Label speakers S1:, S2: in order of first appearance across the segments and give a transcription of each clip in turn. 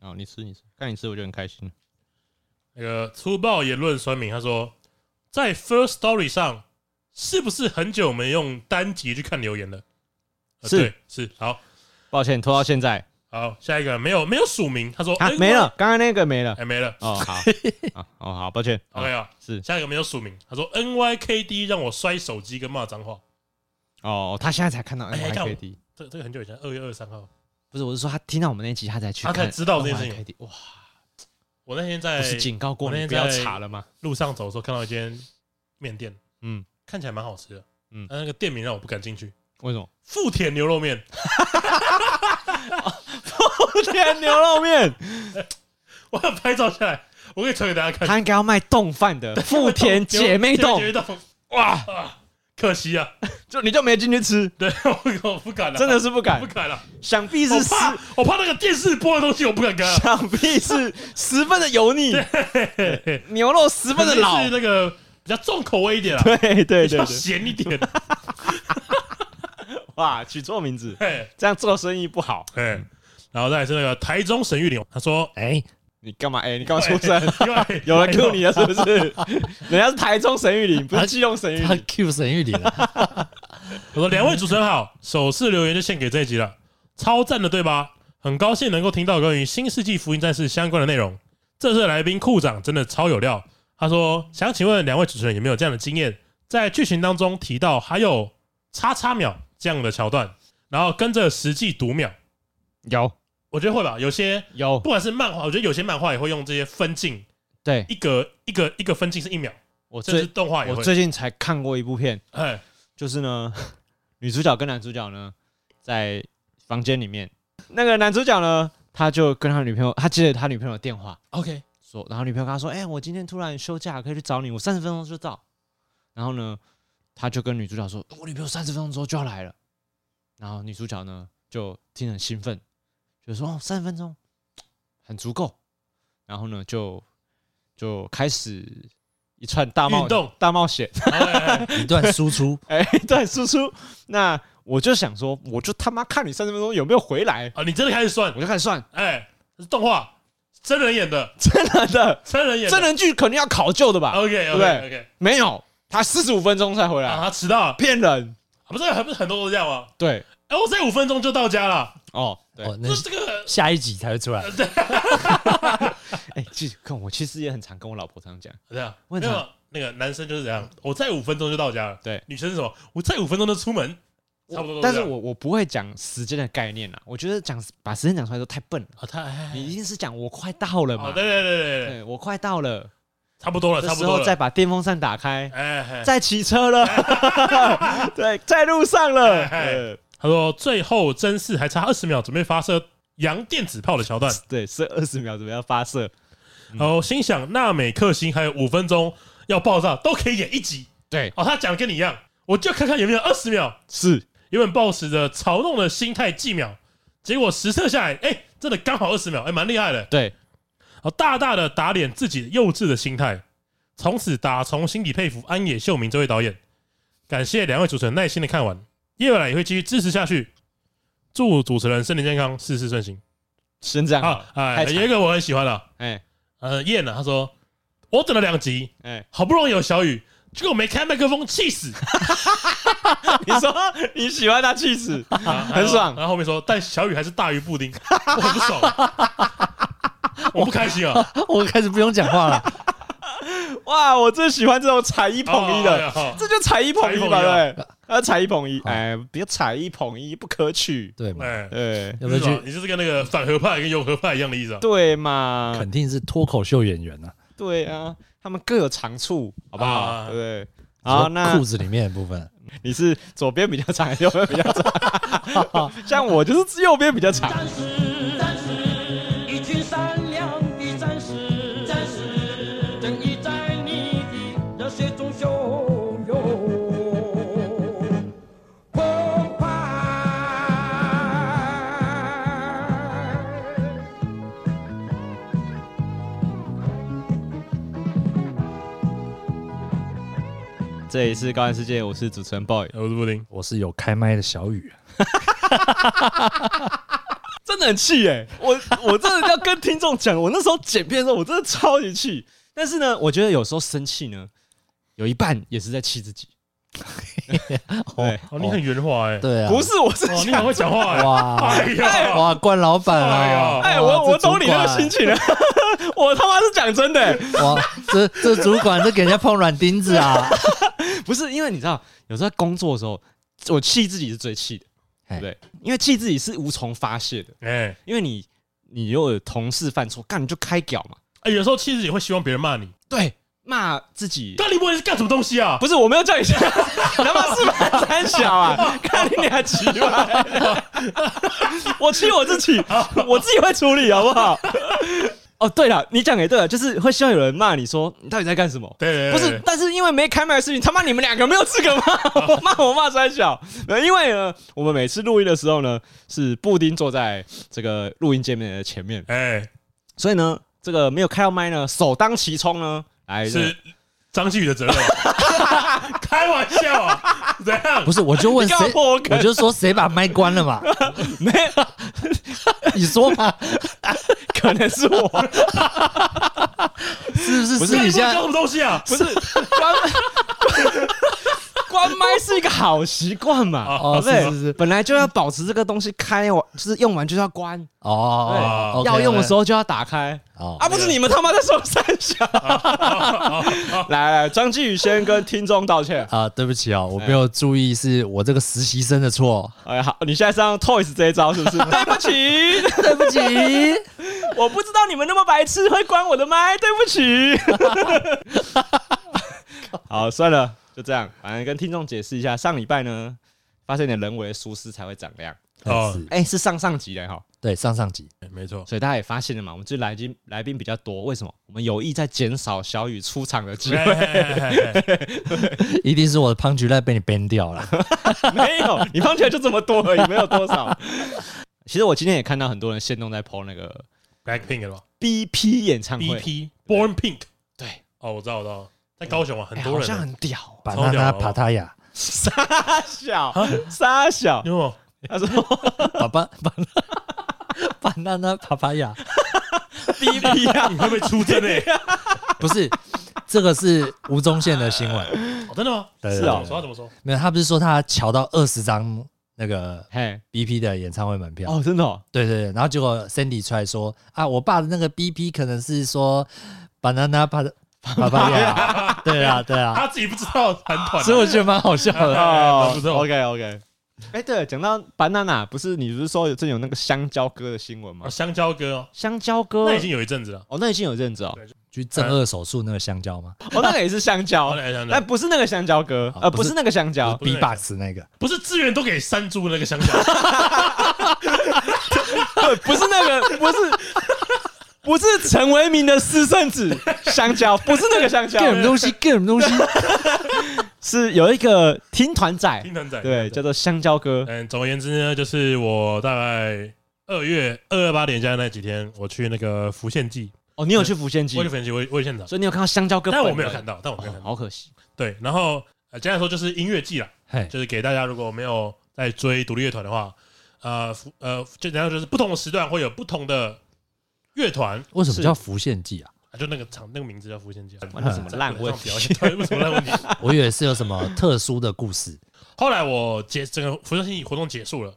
S1: 啊，你吃你吃，看你吃我就很开心。
S2: 那个粗暴言论酸民他说，在 First Story 上是不是很久没用单集去看留言了？呃
S1: 是
S2: 对是好
S1: 抱歉，拖到现在
S2: 好下一个没有没有署名，他说
S1: 啊
S2: 哎，
S1: 没了，刚刚那个没了
S2: 我。哎没了
S1: 哦， 好，啊哦好，抱歉。
S2: OK 啊，
S1: 是
S2: 下一个没有署名，他说 NYKD 让我摔手机跟骂脏话，
S1: 哦，他现在才看到
S2: 哎看我
S1: NYKD，
S2: 这这个很久以前二月二十三号，
S1: 不是，我是说他听到我们那集，他才去
S2: 他
S1: 看，
S2: 才知道这件事情
S1: NYKD。哇，
S2: 我那天在
S1: 不是警告过
S2: 我那
S1: 你
S2: 天
S1: 不要
S2: 在
S1: 查了吗？
S2: 路上走的时候看到一间面店，
S1: 嗯，
S2: 看起来蛮好吃的，
S1: 嗯
S2: 嗯，但那个店名让我不敢进去，
S1: 为什么？
S2: 富田牛肉面，
S1: 天牛肉 面，
S2: 我要拍照下来，我可以传给大家看。
S1: 他应该要卖冻饭的富 田姐妹冻
S2: 姐，妹洞，
S1: 哇，
S2: 可惜啊，
S1: 就你就没进去吃，
S2: 对 我我不敢了，
S1: 真的是不
S2: 我
S1: 敢
S2: 不，敢了，
S1: 想必
S2: 我
S1: 是十，
S2: 怕我怕那个电视播的东西我不敢看啊，
S1: 想必是十分的油腻，
S2: 嘿嘿
S1: 牛肉十分的老
S2: 肯定，是那个比较重口味一点啊，
S1: 对对对
S2: 比较
S1: 对，
S2: 咸一点，
S1: 哇，取错名字，
S2: 嘿，
S1: 这样做生意不好。
S2: 嘿，然后再来是那个台中沈玉玲，他说，哎，
S1: 你干嘛？哎，你干嘛出声？
S2: 因为
S1: 有人 Q 你了是不是？人家是台中神玉林，不是基隆神玉
S3: 他
S1: 林。
S3: Q 沈玉玲了，
S1: 嗯
S2: 我说两位主持人好，首次留言就献给这一集了，超赞的对吧？很高兴能够听到关于《新世纪福音战士》相关的内容。这次的来宾库长真的超有料，他说想请问两位主持人有没有这样的经验，在剧情当中提到还有叉叉秒这样的桥段，然后跟着实际读秒，
S1: 有
S2: 我觉得会吧。有些
S1: 有
S2: 不，管是漫画，我觉得有些漫画也会用这些分镜，
S1: 对
S2: 一格一格一个分镜是一秒，
S1: 我
S2: 甚至
S1: 最
S2: 动画也
S1: 我
S2: 会。
S1: 最近才看过一部片，
S2: 哎，
S1: 就是呢， 女主角跟男主角呢在房间里面，那个男主角呢他就跟他女朋友，他接了他女朋友的电话，OK，说，然后女朋友跟他说，哎，我今天突然休假，可以去找你，我三十分钟就到。然后呢，他就跟女主角说，我女朋友三十分钟之后就要来了。然后女主角呢就听得很兴奋，就说哦，三十分钟很足够。然后呢就就开始一串大冒
S2: 运动
S1: 大冒险。
S2: 哎
S3: 一段输 出，
S1: 哎，对，输出。那我就想说，我就他妈看你三十分钟有没有回来，
S2: 啊，你真的开始算
S1: 我，就开始 算。
S2: 哎，这是动画，真人演的，
S1: 真的的，
S2: 真人演的，
S1: 真人剧肯定要考究的吧？
S2: OK
S1: 不
S2: OK
S1: 对
S2: OK，
S1: 没有，他四十五分钟才回
S2: 啊，
S1: 来，
S2: 他迟到了，
S1: 骗人。
S2: 啊不是还不是很多都这样吗？
S1: 对，
S2: 哎，我在五分钟就到家了，
S1: 哦，对，
S3: 哦，那
S2: 这这个
S3: 下一集才会出来。
S1: 哎，其实看我其实也很常跟我老婆这样讲，
S2: 这样，
S1: 问
S2: 没
S1: 他
S2: 有那个男生就是这样，我在五分钟就到家了，
S1: 对
S2: 女生是什么？我在五分钟就出门，差不多都这
S1: 但
S2: 样。
S1: 是我我不会讲时间的概念啦，我觉得讲把时间讲出来都太笨了。
S2: 啊，他
S1: 你一定是讲我快到了
S2: 哦，
S1: 嘛？
S2: 对对对对对，
S1: 对，我快到了，
S2: 差不多了，
S1: 这
S2: 差不
S1: 时
S2: 多
S1: 候
S2: 了，
S1: 再把电风扇打开，
S2: 哎哎，
S1: 在骑车了， 对，在路上了。
S2: 哎
S1: 呃
S2: 他说最后真是还差二十秒，准备发射洋电子炮的桥段，
S1: 对，是二十秒准备要发射，嗯
S2: 然后心想纳美克星还有五分钟要爆炸，都可以演一集。
S1: 对，
S2: 哦，他讲得跟你一样，我就看看有没有二十秒，
S1: 是
S2: 原本抱持着嘲弄的心态计秒，结果实测下来，哎、真的刚好二十秒，哎、蛮厉害的。
S1: 对，
S2: 好，大大的打脸自己幼稚的心态，从此打从心底佩服安野秀明这位导演。感谢两位主持人耐心的看完，夜晚也会继续支持下去。祝主持人身体健康，事事顺心。
S1: 先这样
S2: 好
S1: 好，，
S2: 哎，
S1: 啊太长
S2: 有一个我很喜欢啊的，
S1: 哎
S2: 呃，燕呢，他说我等了两集，
S1: 哎，
S2: 好不容易有小雨，结果没开麦克风，气死。
S1: 你 说你喜欢他气质，
S2: 啊
S1: 很爽
S2: 然后后面说，但小雨还是大于布丁，我很不爽，我不开心 啊！
S3: 我开始不用讲话了，
S1: 哇，我最喜欢这种踩一捧一的，
S2: 哦，哎呀
S1: 这就踩一捧一
S2: 踩
S1: 吧，
S2: 一捧一啊
S1: 对，啊，踩一捧一，
S3: 好
S1: 哎，别踩一捧一，不可 取，
S3: 对嘛？
S2: 哎，
S1: 对
S3: 要不要
S2: 你是吧
S3: 去？
S2: 你就是跟那个反和派跟右和派一样的意思啊？
S1: 对嘛，
S3: 肯定是脱口秀演员啊，
S1: 对啊，他们各有长处，好不好？
S2: 啊
S1: 对不对。
S3: 只
S1: 好，
S3: 有
S1: 那
S3: 裤子里面的部分，
S1: 你是左边比较长，还是右 边比较长？像我就是右边比较长。
S4: 但是，但是，一
S1: 这里是高玩世界，我是主持人 boy。
S2: 我是布丁，
S3: 我是有开麦的小雨，啊
S1: 真的很气哎、我我真的要跟听众讲，我那时候剪片的时候，我真的超级气。但是呢，我觉得有时候生气呢，有一半也是在气自己。 对，
S2: 哦，你很圆滑哎，
S3: 对啊，
S1: 不是我是
S2: 哦，你
S1: 想
S2: 很会讲话哎，
S3: 哇
S2: 哎呀，
S3: 哇，冠老板啊，
S1: 哎、
S3: 哇
S1: 我我懂你那个心，情了， 我他妈是讲真的、
S3: 这主管哇，这这主管是给人家碰软钉子啊，
S1: 不是因为你知道，有时候在工作的时候，我气自己是最气的，对
S3: 哎
S1: 不对？因为气自己是无从发泄的，
S2: 哎
S1: 因为你你如果有同事犯错，干你就开屌嘛，
S2: 哎，有时候其实也会希望别人骂你，
S1: 对，骂自己。
S2: 干你不会是干什么东西啊？
S1: 不是，我没有叫 你下，他妈是蛮胆小啊！看你俩奇怪，我气我自己，我自己会处理，好不好？ 哦，对了，你讲也对了，就是会希望有人骂你说你到底在干什么？
S2: 对对，
S1: 不
S2: 对
S1: 是，，但是因为没开麦的事情，他妈你们两个没有资格 骂我，骂我骂三小。呃因为呢，我们每次录音的时候呢，是布丁坐在这个录音界面的前面，
S2: 哎，
S1: 所以呢，这个没有开到麦呢，首当其冲呢，来
S2: 是张继宇的责任，开玩笑啊，怎样？
S3: 不是，我就问
S1: 你干嘛
S3: 谁，
S1: 破我梗
S3: 我就说谁把麦关 了嘛，
S1: 没
S3: 你说嘛，
S1: 可能是我，
S3: 是不是？
S1: 不
S3: 私
S2: 干
S3: 底
S2: 你不会
S3: 下
S2: 讲什么东西啊？
S1: 不是关关麦是一个好习惯嘛，
S2: 啊
S3: 哦，
S1: 对不对
S3: 是是是，
S1: 本来就要保持这个东西开，我就是用完就要关，
S3: 哦，
S2: 对
S3: OK，
S1: 要用的时
S3: 候，
S1: 候就要打开。
S3: 哦
S1: 啊，不是你们他妈在说三小。来 来，张继宇先跟听众道歉。
S3: 哦啊，对不起哦，我没有注意，是我这个实习生的错，
S1: 哎，好，你现在是用 Toys 这一招 是不是？对不起，
S3: 对不起。
S1: 我不知道你们那么白痴会关我的麦，对不起。 好，算了，就这样。反正跟听众解释一下，上礼拜呢，发现你的人为的疏失才会长那样。
S2: 哦
S3: 是
S1: 哎、是上上集的哈，
S3: 对，上上集
S2: 没错，
S1: 所以大家也发现了嘛，我们这来宾来宾比较多，为什么？我们有意在减少小雨出场的机
S2: 哎
S1: 会。
S2: 哎哎哎哎
S3: 一定是我的胖橘赖被你 ban 掉了。
S1: 没有，你放起来就这么多而已，没有多少。 其实我今天也看到很多人现动在 PO 那个
S2: Blackpink 了吧
S1: BP 演唱会
S2: ，BP Born Pink，
S1: 对，
S2: 哦，我知道，我知道，在高雄啊，很
S1: 哎
S2: 多
S1: 好
S2: 人
S1: 像
S2: 啊，
S1: 很 屌，
S3: 把
S2: 超
S3: 他
S2: 屌
S3: 那
S2: 的哦
S3: 帕塔亚，
S1: 傻小
S2: 啊
S1: 傻小
S2: 你，有没有
S1: 他说
S3: 把把 把那把那那帕帕亚，
S1: BP 啊，
S2: 你会不会出征诶？
S3: 不是这个是吴宗宪的新闻，
S2: 哦真的吗？
S3: 对对
S1: 是哦
S2: 怎么说他怎么说？
S3: 没有他不是说他瞧到二十张那个
S1: 嘿，
S3: BP 的演唱会门票，
S1: 哦，真的哦，
S3: 对对对，然后结果 Sandy 出来说啊，我爸的那个 BP 可能是说 banana 帕帕帕 亚，对啊对啊，
S2: 他自己不知道韩团啊，
S3: 所以我觉得蛮好笑 的。
S2: 哦
S1: 哦
S2: 不错
S1: ，OK OK。哎，对，讲到 banana，不是你不是说有真有那个香蕉哥的新闻吗
S2: 哦？香蕉哥哦，
S1: 香蕉哥
S2: 那已经有一阵子了。
S1: 哦，那已经有认知哦，
S3: 去正二手术那个香蕉吗
S1: 哦，那个也是香蕉
S2: 好，来香蕉
S1: 但不是那个香蕉哥，
S3: 好
S1: 呃，不
S3: 不是
S1: 是那个香蕉，
S2: 哦不是
S3: ？B box 那个
S2: 不是资源都给山猪的那个香蕉，
S1: 对，不是那 个，不是。不是陈为民的私生 子香蕉，不是那个香蕉
S3: 干，什么东西？干什么 东西？
S1: 是有一个听团仔
S2: 听，团仔。
S1: 对，叫
S2: 听团仔
S1: 做香蕉 哥。
S2: 嗯，总而言之呢，就是我大概二月二二八年假那几天，我去那个福县记，
S1: 哦，你有去福建机
S2: 我去，福县记，我我去现场，
S1: 所以你有看到香蕉哥本
S2: 但
S1: 人？
S2: 我没有看到，但我没有
S1: 哦，
S2: 看到。
S1: 好可惜。
S2: 对，然后呃，简单来说就是音乐季啦，
S3: 嘿，
S2: 就是给大家如果没有在追独立乐团的话，呃福呃，就然后就是不同的时段会有不同的乐团，
S3: 为什么
S2: 是
S3: 叫浮现记啊？
S2: 啊就那个场那个名字叫福县记啊，
S1: 哇那什么烂问题
S2: 表演，对为什么 烂问题？
S3: 我以为是有什么特殊的故事，
S2: 后来我结整个福州星活动结束了，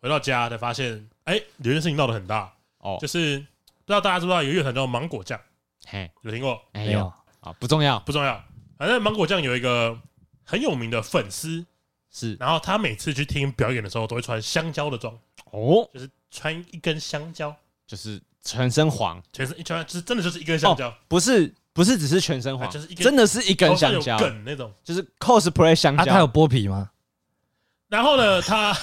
S2: 回到家才发现，哎、有一件事情闹得很大，
S1: 哦，
S2: 就是不知道大家知不知道有一个乐团叫芒果酱，
S1: 嘿，
S2: 有听过？
S1: 哎呦，啊，不重要，
S2: 不重要，反正芒果酱有一个很有名的粉丝，
S1: 是
S2: 然后他每次去听表演的时候都会穿香蕉的装，
S1: 哦，
S2: 就是穿一根香蕉，
S1: 就是全身黄，
S2: 全身一穿，就是真的就是一根香蕉，
S1: 不是不是只是全身黄
S2: 啊就是一，根
S1: 真的是哦一根
S2: 头上
S1: 香
S2: 有
S1: 蕉，
S2: 梗那种。
S1: 就是 cosplay 香
S3: 啊，他有
S1: 蕉。
S3: 剥皮吗？
S2: 然后 呢，他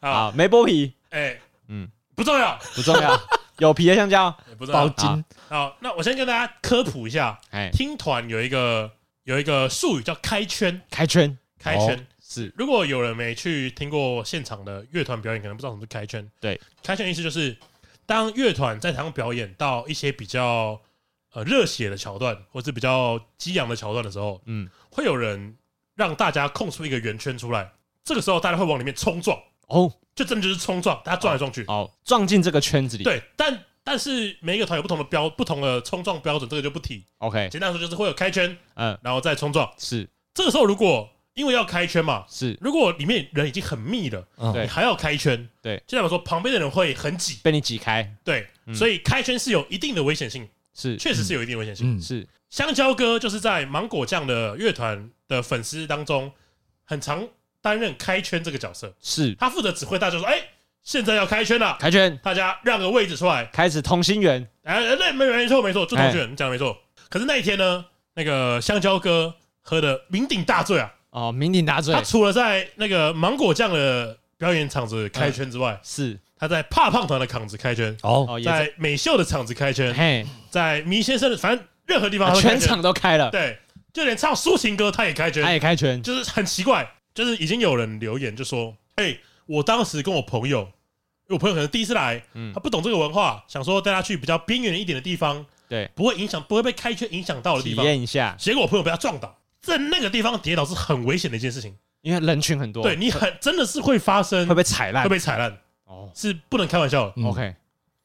S2: 啊，
S1: 啊，没剥皮
S2: 哎，
S1: 嗯
S2: 嗯，不重要，
S1: 不重 要，有皮的香蕉。啊
S2: 也不重
S3: 包
S2: 要。
S3: 金
S2: 好，那我先跟大家科普一下，
S1: 哎，
S2: 听团有一个有一个术语叫开圈，
S1: 开圈哦
S2: 开圈。
S1: 是
S2: 如果有人没去听过现场的乐团表演，可能不知道什么是开圈。
S1: 对，
S2: 开圈意思就是当乐团在台上表演到一些比较呃热血的桥段，或是比较激昂的桥段的时候，
S1: 嗯，
S2: 会有人让大家空出一个圆圈出来，这个时候大家会往里面冲撞，
S1: 哦，
S2: 就真的就是冲撞，大家撞来撞去。
S1: 好，撞进这个圈子里。
S2: 对，但但是每一个团有不同的标、不同的冲撞标准，这个就不提。
S1: ，OK，
S2: 简单来说就是会有开圈，
S1: 嗯，
S2: 然后再冲撞。
S1: 是
S2: 这个时候如果因为要开圈嘛，
S1: 是，
S2: 如果里面人已经很密了，
S3: 嗯
S1: 对
S2: 你还要开圈，
S1: 对，
S2: 就代表说旁边的人会很挤，
S1: 被你挤开，
S2: 对，
S1: 嗯
S2: 所以开圈是有一定的危险性，
S1: 是
S2: 确实是有一定的危险性。
S3: 嗯，
S1: 是，
S2: 香蕉哥就是在芒果酱的乐团的粉丝当中，很常担任开圈这个角色，
S1: 是
S2: 他负责指挥大家说：“哎、现在要开圈了，
S1: 开圈，
S2: 大家让个位置出来。
S1: 开始同心圆，
S2: 哎”哎，那没没错没错，就同
S1: 哎
S2: 学你讲的没错。可是那一天呢，那个香蕉哥喝的酩酊大醉啊，
S1: 哦，酩酊大醉
S2: 他，除了在那个芒果酱的表演场子开圈之外，
S1: 是
S2: 他在怕胖团的场子开圈，
S3: 哦，
S1: 哦，也在
S2: 在美秀的场子开圈，
S1: 嘿，
S2: 在迷先生的反正任何地方
S1: 啊
S2: 他都开
S1: 全
S2: 圈
S1: 场哎都开了，
S2: 对，就连唱抒情歌他也开圈
S1: 他，也开圈，
S2: 就是很奇怪，就是已经有人留言就说：“哎、我当时跟我朋友，因为我朋友可能第一次来，
S1: 嗯
S2: 他，不懂这个文化，想说带他去比较边缘一点的地方，
S1: 对，
S2: 不会影响，不会被开圈影响到的
S1: 体
S2: 地方。
S1: 验一下，
S2: 结果我朋友被他撞倒，在那个地方跌倒是很危险的一件事情，
S1: 因为人群很多，
S2: 对你很真的是会发生
S1: 哦会被踩烂
S2: 会，被踩烂，
S1: 哦
S2: 是不能开玩笑的，
S3: 嗯
S1: ，OK，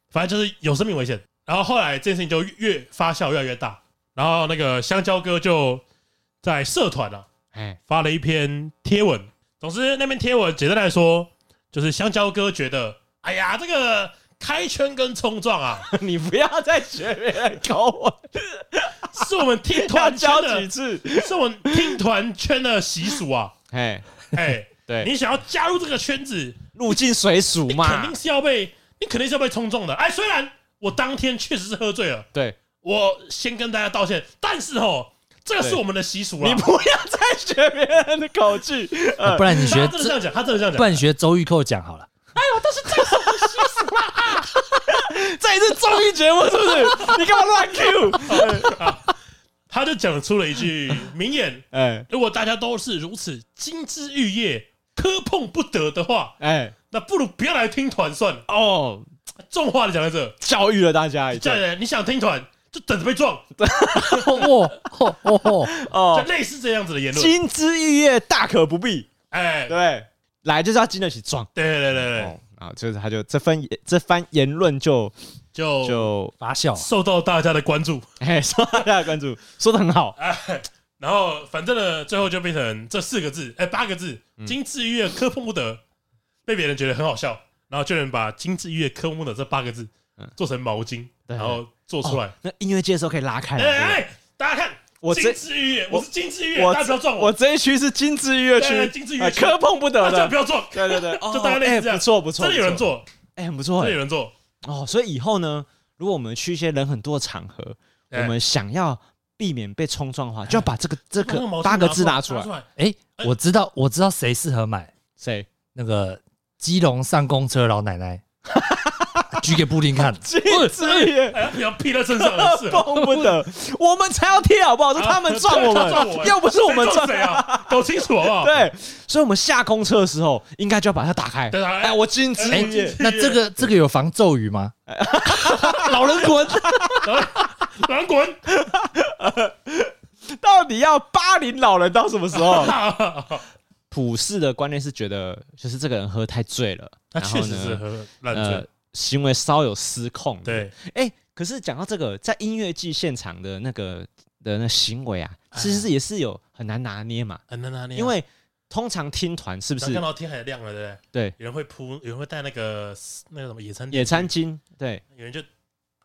S2: 反正就是有生命危险。然后后来这件事情就越发酵越来越大，然后那个香蕉哥就在社团啊，
S1: 哎，
S2: 发了一篇贴文。总之，那篇贴文简单来说，就是香蕉哥觉得，哎呀，这个开圈跟冲撞啊，
S1: 你不要再学别人搞我，
S2: 是我们听
S1: 要
S2: 团圈
S1: 教几
S2: 的，
S1: 次，
S2: 啊哎是我们听团圈的习俗啊。
S1: 哎，
S2: 哎，
S1: 对，
S2: 你想要加入这个圈子，
S1: 入境水属
S2: 你肯
S1: 嘛
S2: 定，是要被，你肯定是要被冲撞的。哎，虽然我当天确实是喝醉了，
S1: 对，
S2: 我先跟大家道歉，但是哦，这个是
S1: 对
S2: 我们的习俗
S1: 你
S2: 啊。
S1: 不要再学别人的口技，
S3: 啊 不然你
S2: 他
S3: 学
S2: 真的这样讲，他真的这样
S3: 不
S2: 讲，
S3: 然你学周玉蔻讲好了。
S1: 这一次综艺节目是不是？你 干嘛乱 Q？
S2: 他就讲出了一句名言。
S1: 哎
S2: 如果大家都是如此金枝玉叶、磕碰不得的话，
S1: 哎
S2: 那不如不要来听团算了。
S1: 哦，
S2: 重话的讲在这，
S1: 教育了大家一
S2: 这
S1: 顿
S2: 样人你想听团就等着被撞，
S3: 哦哦哦哦，
S2: 就
S1: 哦，
S2: 类似这样子的言论。
S1: 金枝玉叶大可不必，
S2: 哎，
S1: 对不
S2: 对
S1: 对，来就是要经得起撞。
S2: 对对对对
S1: 哦，，然后就是他就这番言这番言论就
S2: 就
S1: 就
S3: 发笑啊，
S2: 受到大家的关注。
S1: 哎受到大家关注，说的很好，
S2: 哎， 然后反正呢，最后就变成这四个字，哎，八个字：
S1: 嗯
S2: 金枝玉叶、磕碰不得，被别人觉得很好笑，然后就有人把金枝玉叶、磕碰不得这八个字
S1: 嗯
S2: 做成毛巾，
S1: 对
S2: 然后做出来。
S1: 哦那音乐界的时候可以拉开
S2: 哎
S1: 来。
S2: 哎，
S1: 对
S2: 哎大家看。
S1: 我
S2: 金
S1: 这
S2: 枝玉叶，
S1: 我
S2: 我是金枝玉
S1: 我
S2: 叶，大家不要撞
S1: 我这一区是金枝玉叶
S2: 对
S1: 区，
S2: 金枝玉
S1: 呃
S2: 叶区
S1: 磕碰不得
S2: 大家不
S1: 的。
S2: 要撞，
S1: 对对对，
S2: 就大概类似
S1: 哎
S2: 这样
S1: 不错不错，
S2: 真的有人
S1: 不错，
S2: 做，
S1: 哎，很不错
S2: 真
S1: 哎
S2: 的有。人做，
S1: 哦，所以以后呢，如果我们去一些人很多的场合，我
S2: 哎
S1: 们想要避免被冲撞的 话，就 要把这个这
S2: 哎把那
S1: 个
S2: 毛巾
S1: 八个字拿出
S2: 出
S1: 来。
S2: 来，
S3: 哎，我知道，我知道谁适合买
S1: 谁？
S3: 那个基隆上公车老奶 奶，举给布 丁看。
S1: 金枝玉叶
S2: 哎呀，不要披在身上了，是
S1: 磕碰 不得，我们才要贴好不好？是他们撞我
S2: 啊撞我
S1: 们，又不是我们
S2: 谁
S1: 撞
S2: 撞。谁啊？搞清楚好不好？
S1: 对，所以我们下公车的时候，应该就要把它打开。
S2: 对打开
S1: 哎，我金枝
S2: 哎
S1: 玉叶，
S3: 那这个这个有防咒语吗？老人滚！
S2: 狼滚！
S1: 到底要巴黎老人到什么时 候？普世的观念是觉得，就是这个人喝太醉了，
S2: 他
S1: 然后
S2: 啊确实
S1: 呢
S2: 是喝烂
S1: 呃
S2: 醉，
S1: 行为稍有失控。，
S2: 对，
S1: 哎，可是讲到这个，在音乐季现场的那个的那行为啊，
S2: 哎
S1: 其实也是有很难拿捏嘛，
S2: 很难拿捏啊。
S1: 因为通常听团是不
S2: 刚
S1: 是
S2: 看到天还亮了，对不对？
S1: 对
S2: 有人会铺，有人会带那个那个什么野餐
S1: 野餐，巾？对
S2: 有人就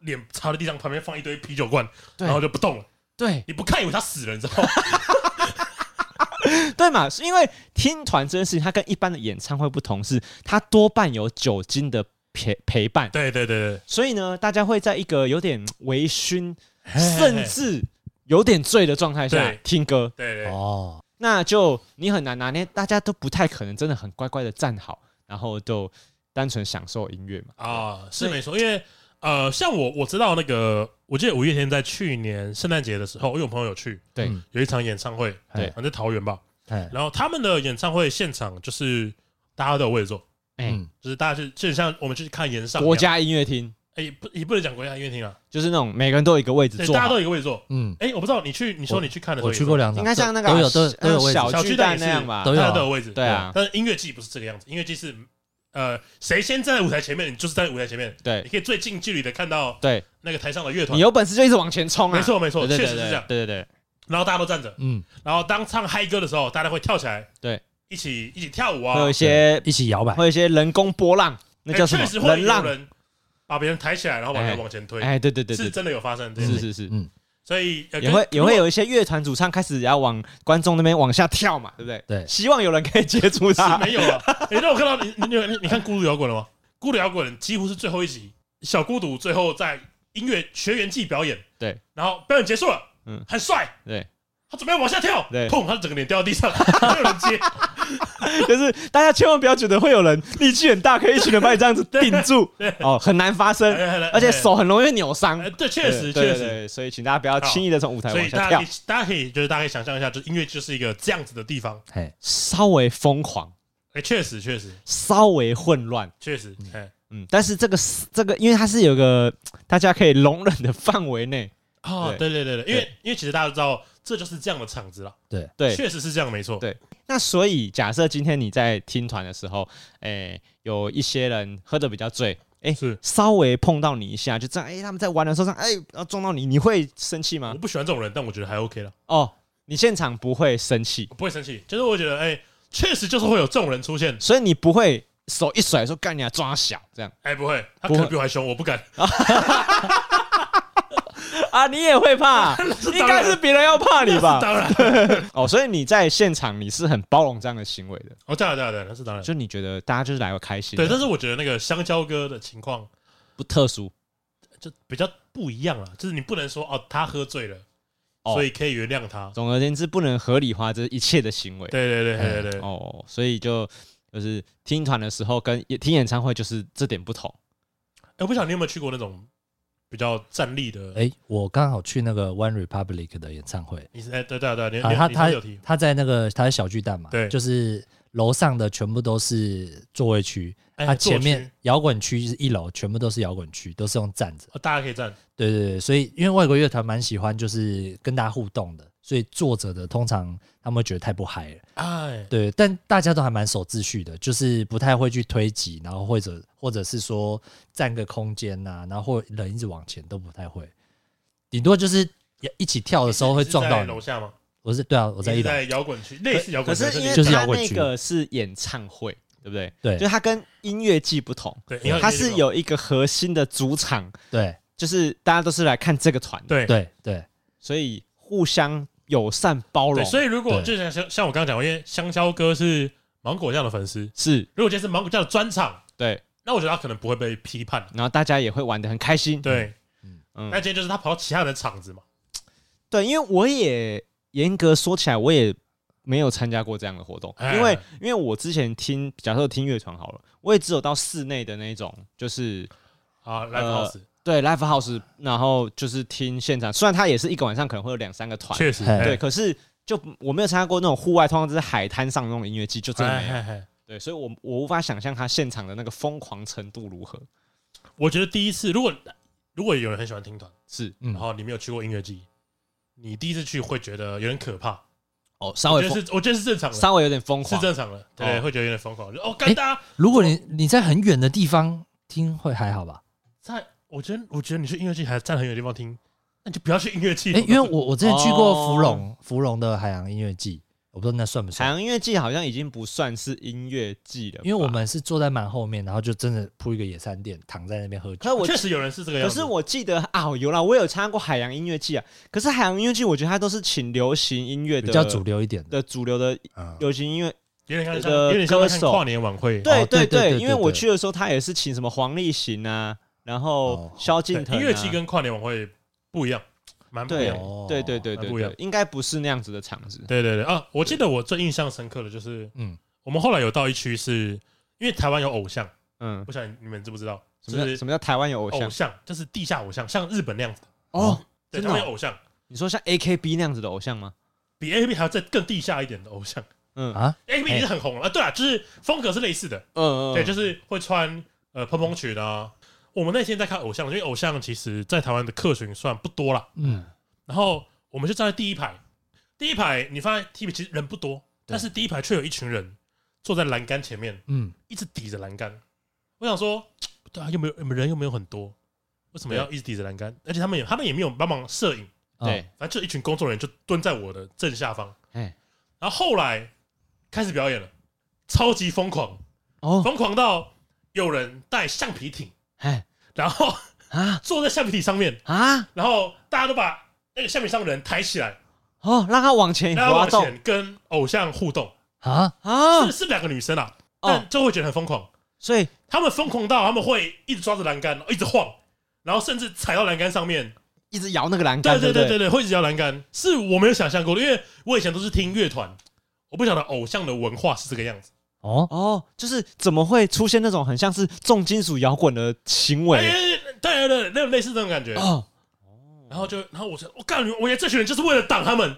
S2: 脸朝在地上，旁边放一堆啤酒罐，
S1: 对
S2: 然后就不动了。
S1: 对
S2: 你不看以为他死了，你知道吗？
S1: 对嘛，是因为听团这件事情，它跟一般的演唱会不同，是它多半有酒精的陪陪伴，
S2: 对对对
S1: 所以呢，大家会在一个有点微醺，
S2: 对，
S1: 甚至有点醉的状态下
S2: 对
S1: 听歌，
S2: 对对
S3: 哦，
S1: 那就你很难拿捏，大家都不太可能真的很乖乖的站好，然后就单纯享受音乐嘛。
S2: 啊，是没错，因为呃，像我我知道那个，我记得五月天在去年圣诞节的时候，因为我朋友有去
S1: 对
S3: 嗯
S2: 有一场演唱会，
S1: 对
S2: 好像在桃园吧，
S3: 哎，
S2: 然后他们的演唱会现场就是大家都有位置坐，
S1: 哎，
S3: 嗯
S2: 就是大家是就很像我们去看演唱一样
S1: 国家音乐厅
S2: 哎，也不也不能讲国家音乐厅啊，
S1: 就是那种每个人都有一个位置
S2: 对，
S1: 坐
S2: 大
S1: 好
S2: 家，都有一个位置坐。
S3: 嗯，
S2: 哎，我不知道你去，你说你去看的时候
S3: 我
S2: 也
S3: 去
S2: 是
S3: 过，两场，
S1: 应该像那个
S3: 都有都有都有位置
S1: 像，小
S2: 小
S1: 巨
S2: 巨
S1: 蛋
S2: 蛋
S1: 那样吧
S2: 大
S3: 也？是都有啊
S2: 家都有位置。
S1: 对啊，
S2: 但是音乐季不是这个样子，音乐季是呃，谁先站在舞台前面，你就是站在舞台前面，你
S1: 对
S2: 可以最近距离的看到
S1: 对，
S2: 那个台上的乐团
S1: 你。有本事就一直往前冲啊！
S2: 没错没错，
S1: 对，对
S2: 确
S1: 对
S2: 实是
S1: 对
S2: 这样。
S1: 对对对，
S2: 然后大家都站着，
S3: 嗯，
S2: 然后当唱嗨歌的时候，大家会跳起来，
S1: 对，
S2: 一起一起跳舞
S1: 会
S2: 啊
S1: 有一。些
S3: 一起摇摆
S1: 会，有一些人工波浪，那
S2: 哎
S1: 叫什
S2: 确实
S1: 么？
S2: 会
S1: 人
S2: 有
S1: 浪？
S2: 人把别人抬起来，然后把
S1: 哎
S2: 人往前推，
S1: 哎，对对对
S2: 是
S1: 对，
S2: 真的有发生这件
S1: 是
S2: 事情。
S1: 是是
S3: 嗯，
S2: 所以呃
S1: 也
S2: 跟
S1: 会也会
S2: 如果
S1: 有一些乐团主唱开始要往观众那边往下跳嘛，对不对？
S3: 对
S1: 希望有人可以接触他
S2: 是。没有 啊。哎，那我看到你你你你看孤独摇滚了吗？孤独摇滚几乎是最后一集，小孤独最后在音乐学员季表演，
S1: 对，
S2: 然后表演结束了，
S1: 嗯
S2: 嗯，很帅，
S1: 对，
S2: 他准备往下跳，
S1: 对
S2: 砰，他整个脸掉到 地上，没有人接，
S1: 就是大家千万不要觉得会有人力气很大，可以一群人把你这样子顶住
S2: 对，
S1: 哦，很难发生，而
S2: 而
S1: 且手很容易扭伤。
S2: 哎对，确
S1: 对
S2: 实
S1: 对
S2: 确，实。
S1: 对所以请大家不要轻易的从舞台
S2: 所
S1: 往
S2: 以
S1: 下
S2: 大家
S1: 跳
S2: 可以，，大家可以就是大家可以想象一下，就是音乐就是一个这样子的地方。
S3: 哎，
S1: 稍微疯狂，
S2: 哎，确实，确实，
S1: 稍微混乱。
S2: 确实，哎，
S1: 嗯，但是这个是这个，因为它是有个大家可以容忍的范围内，
S2: 哦，对对对对，因为因为其实大家都知道，这就是这样的场子了，
S1: 对，
S2: 确实是这样，没错。
S1: 对那所以，假设今天你在听团的时候，诶、有一些人喝的比较醉，诶、
S2: 是
S1: 稍微碰到你一下，就这样，诶、他们在玩的时候上，诶、然后撞到你，你会生气吗
S2: 我？不喜欢这种人，但我觉得还 OK 了，
S1: 哦，你现场不会生气，
S2: 我不会生气。就是我觉得，哎，确实就是会有这种人出现，
S1: 所以你不会手一甩说干你啊，抓小这样
S2: 哎，不会，他
S1: 不
S2: 可
S1: 会
S2: 能比我还凶，我不 敢。
S1: 啊，你也会怕，应该是别人要怕你吧？
S2: 当然，
S1: 哦，所以你在现场你是很包容这样的行为的，
S2: 哦，当然，当然，当然那是当然。
S1: 就你觉得大家就是来个开心的，
S2: 对，但是我觉得那个香蕉哥的情况
S1: 不特殊，
S2: 就比较不一样了，就是你不能说哦，他喝醉了，
S1: 哦
S2: 所以可以原谅他。
S1: 总而言之，不能合理化这一切的行为。
S2: 对对对对
S3: 哎
S2: 对，
S1: 哦，所以就就是听团的时候跟也听演唱会就是这点不同。
S2: 哎、我不晓得你有没有去过那种比较站立的？
S3: 哎，我刚好去那个 One Republic 的演唱会，
S2: 你是哎、对对对，你、
S3: 啊，
S2: 你
S3: 他
S2: 你
S3: 他
S2: 有提
S3: 他在那个他在小巨蛋嘛，
S2: 对
S3: 就是楼上的全部都是座位区，
S2: 哎
S3: 他
S2: 座位
S3: 前
S2: 区
S3: 面摇滚区是一楼，全部都是摇滚区，都是用站着。
S2: 哦大家可以站，
S3: 对对对，所以因为外国乐团蛮喜欢就是跟大家互动的，所以坐着的通常他们会觉得太不嗨了。
S2: 哎，
S3: 对，但大家都还蛮守秩序的，就是不太会去推挤，然后或者或者是说占个空间呐、然后或人一直往前都不太会，顶多就是一起跳的时候会撞
S2: 你是
S3: 到
S2: 在楼
S3: 你。
S2: 下吗？
S3: 我是对啊，我
S2: 我
S3: 在一楼。
S2: 在摇滚区，类似摇
S1: 可
S2: 滚区，
S1: 是因
S2: 你
S1: 为
S3: 就是
S1: 它
S3: 摇滚
S1: 那
S3: 区
S1: 个是演唱会，对不对？
S3: 对
S1: 就是它跟音乐季不同，
S2: 对，你要
S1: 它是有一个核心的主场，
S3: 对
S1: 就是大家都是来看这个团的，
S2: 对
S3: 对对，
S1: 所以互相友善包
S2: 对，
S1: 容。
S2: 所以如果
S3: 对
S2: 就像像像我刚刚讲过，因为香蕉哥是芒果酱的粉丝，
S1: 是
S2: 如果今天是芒果酱的专场，
S1: 对，
S2: 那我觉得他可能不会被批判。
S1: 然后大家也会玩的很开心。
S2: 对，
S1: 嗯，
S2: 那今天就是他跑到其他人的场子嘛，
S1: 对，因为我也严格说起来，我也没有参加过这样的活动，
S2: 哎
S1: 因为因为我之前听，假设听乐团好了，我也只有到室内的那一种，就是
S2: 啊，live
S1: 呃
S2: house，
S1: 对 live house，然后就是听现场，虽然它也是一个晚上可能会有两三个团，
S2: 确实，
S3: 呃嘿
S1: 对，
S2: 哎，
S1: 可是就我没有参加过那种户外，通常就是海滩上那种音乐季，就真的没有，
S2: 哎哎
S1: 对，所以我我无法想象它现场的那个疯狂程度如何，
S2: 我觉得第一次，如果如果有人很喜欢听团，
S1: 是
S3: 嗯
S2: 然后你没有去过音乐季，你第一次去会觉得有点可怕，
S1: 哦，稍
S2: 我
S1: 微
S2: 觉得
S1: 疯，
S2: 是我觉得是正常的，
S1: 稍微有点疯
S2: 是
S1: 狂，
S2: 正常的，对，
S1: 哦
S2: 会觉得有点疯狂，就哦，
S3: 哎
S2: 干大家
S3: 如果你你在很远的地方听会还好吧？
S2: 在，我觉得我觉得你去音乐季还站很远的地方听，那你就不要去音乐季
S3: 哎、
S2: 了，
S3: 因为我我之前去过
S1: 哦
S3: 芙蓉，芙蓉的海洋音乐季，我不知道那算不
S1: 海
S3: 算，
S1: 洋音乐季好像已经不算是音乐季了吧，
S3: 因为我们是坐在蛮后面，然后就真的铺一个野餐垫，躺在那边喝酒。
S1: 可是我
S2: 确实有人是这个样
S1: 可
S2: 子，
S1: 是我记得啊，有啦，我有参加过海洋音乐季啊。可是海洋音乐季，我觉得它都是请流行音乐的
S3: 比较主流一点的，
S1: 的主流的
S3: 嗯
S1: 流行音乐。
S2: 有点像
S1: 这
S2: 像
S1: 个
S2: 有点像在看
S1: 歌手
S2: 跨年晚会，
S1: 对
S3: 哦对对
S1: 对，
S3: 对
S1: 因为我
S3: 对
S1: 去的时候，他也是请什么黄立行啊，然后
S3: 哦
S1: 萧
S2: 对
S1: 敬腾啊
S2: 音乐季跟跨年晚会不一样，蛮不一
S1: 对
S2: 样的。
S3: 哦
S1: 对对对
S2: 那
S1: 对
S2: 不一样
S1: 对，应该不是那样子的场子。
S2: 对对对啊！我记得我最印象深刻的就是，
S3: 嗯
S2: 嗯，我们后来有到一区是，因为台湾有偶像，
S1: 嗯
S2: 不，晓得你们知不知道，
S1: 什
S2: 就
S1: 么叫
S2: 是
S1: 什么叫台湾有偶
S2: 偶
S1: 像？
S2: 像，就是地下偶像，像日本那样子的，
S1: 哦，
S2: 对，
S1: 真的
S2: 他
S1: 哦
S2: 们有偶像，
S1: 你说像 A K B 那样子的偶像吗？
S2: 比 A B 还要再更地下一点的偶像
S1: 嗯
S3: 啊，
S2: ，A B 已经很红了啊，对啊，就是风格是类似的，
S1: 嗯嗯，
S2: 对，就是会穿呃蓬蓬裙啊，我们那天在看偶像，因为偶像其实在台湾的客群算不多啦。
S3: 嗯，
S2: 然后我们就站在第一排，第一排你发现 T 其实人不多，但是第一排却有一群人坐在栏杆前面，
S3: 嗯，
S2: 一直抵着栏杆。我想说，对啊，又没有人又没有很多，为什么要一直抵着栏杆？而且他们也他们也没有帮忙摄影，
S3: 啊
S1: 对，
S2: 反正就一群工作人员就蹲在我的正下方。
S1: 哎，
S2: 然后后来开始表演了，超级疯狂，
S1: 哦，
S2: 疯狂到有人带橡皮艇，
S1: 哎，
S2: 然后
S1: 啊
S2: 坐在橡皮艇上面，
S1: 啊，
S2: 然后大家都把那个橡皮上的人抬起来，
S1: 哦，让他往前
S2: 然后
S1: 滑
S2: 往
S1: 动
S2: 前跟偶像互动，
S3: 啊，
S1: 啊
S2: 是，是两个女生啊，
S1: 哦
S2: 但，就会觉得很疯狂。
S1: 所以
S2: 他们疯狂到他们会一直抓着栏杆，一直晃，然后甚至踩到栏杆上面。
S1: 一直摇那个栏
S2: 对
S1: 杆，
S2: 对
S1: 对
S2: 对
S1: 不
S2: 对，对，会一直摇栏杆，是我没有想象过的，因为我以前都是听乐团，我不晓得偶像的文化是这个样子。
S3: 哦，
S1: 哦，就是怎么会出现那种很像是重金属摇滚的行为？
S2: 哎，对对对，那种类似这种感觉。
S1: 哦
S2: 然后就，然后我就，我干，我觉得这群人就是为了挡他们，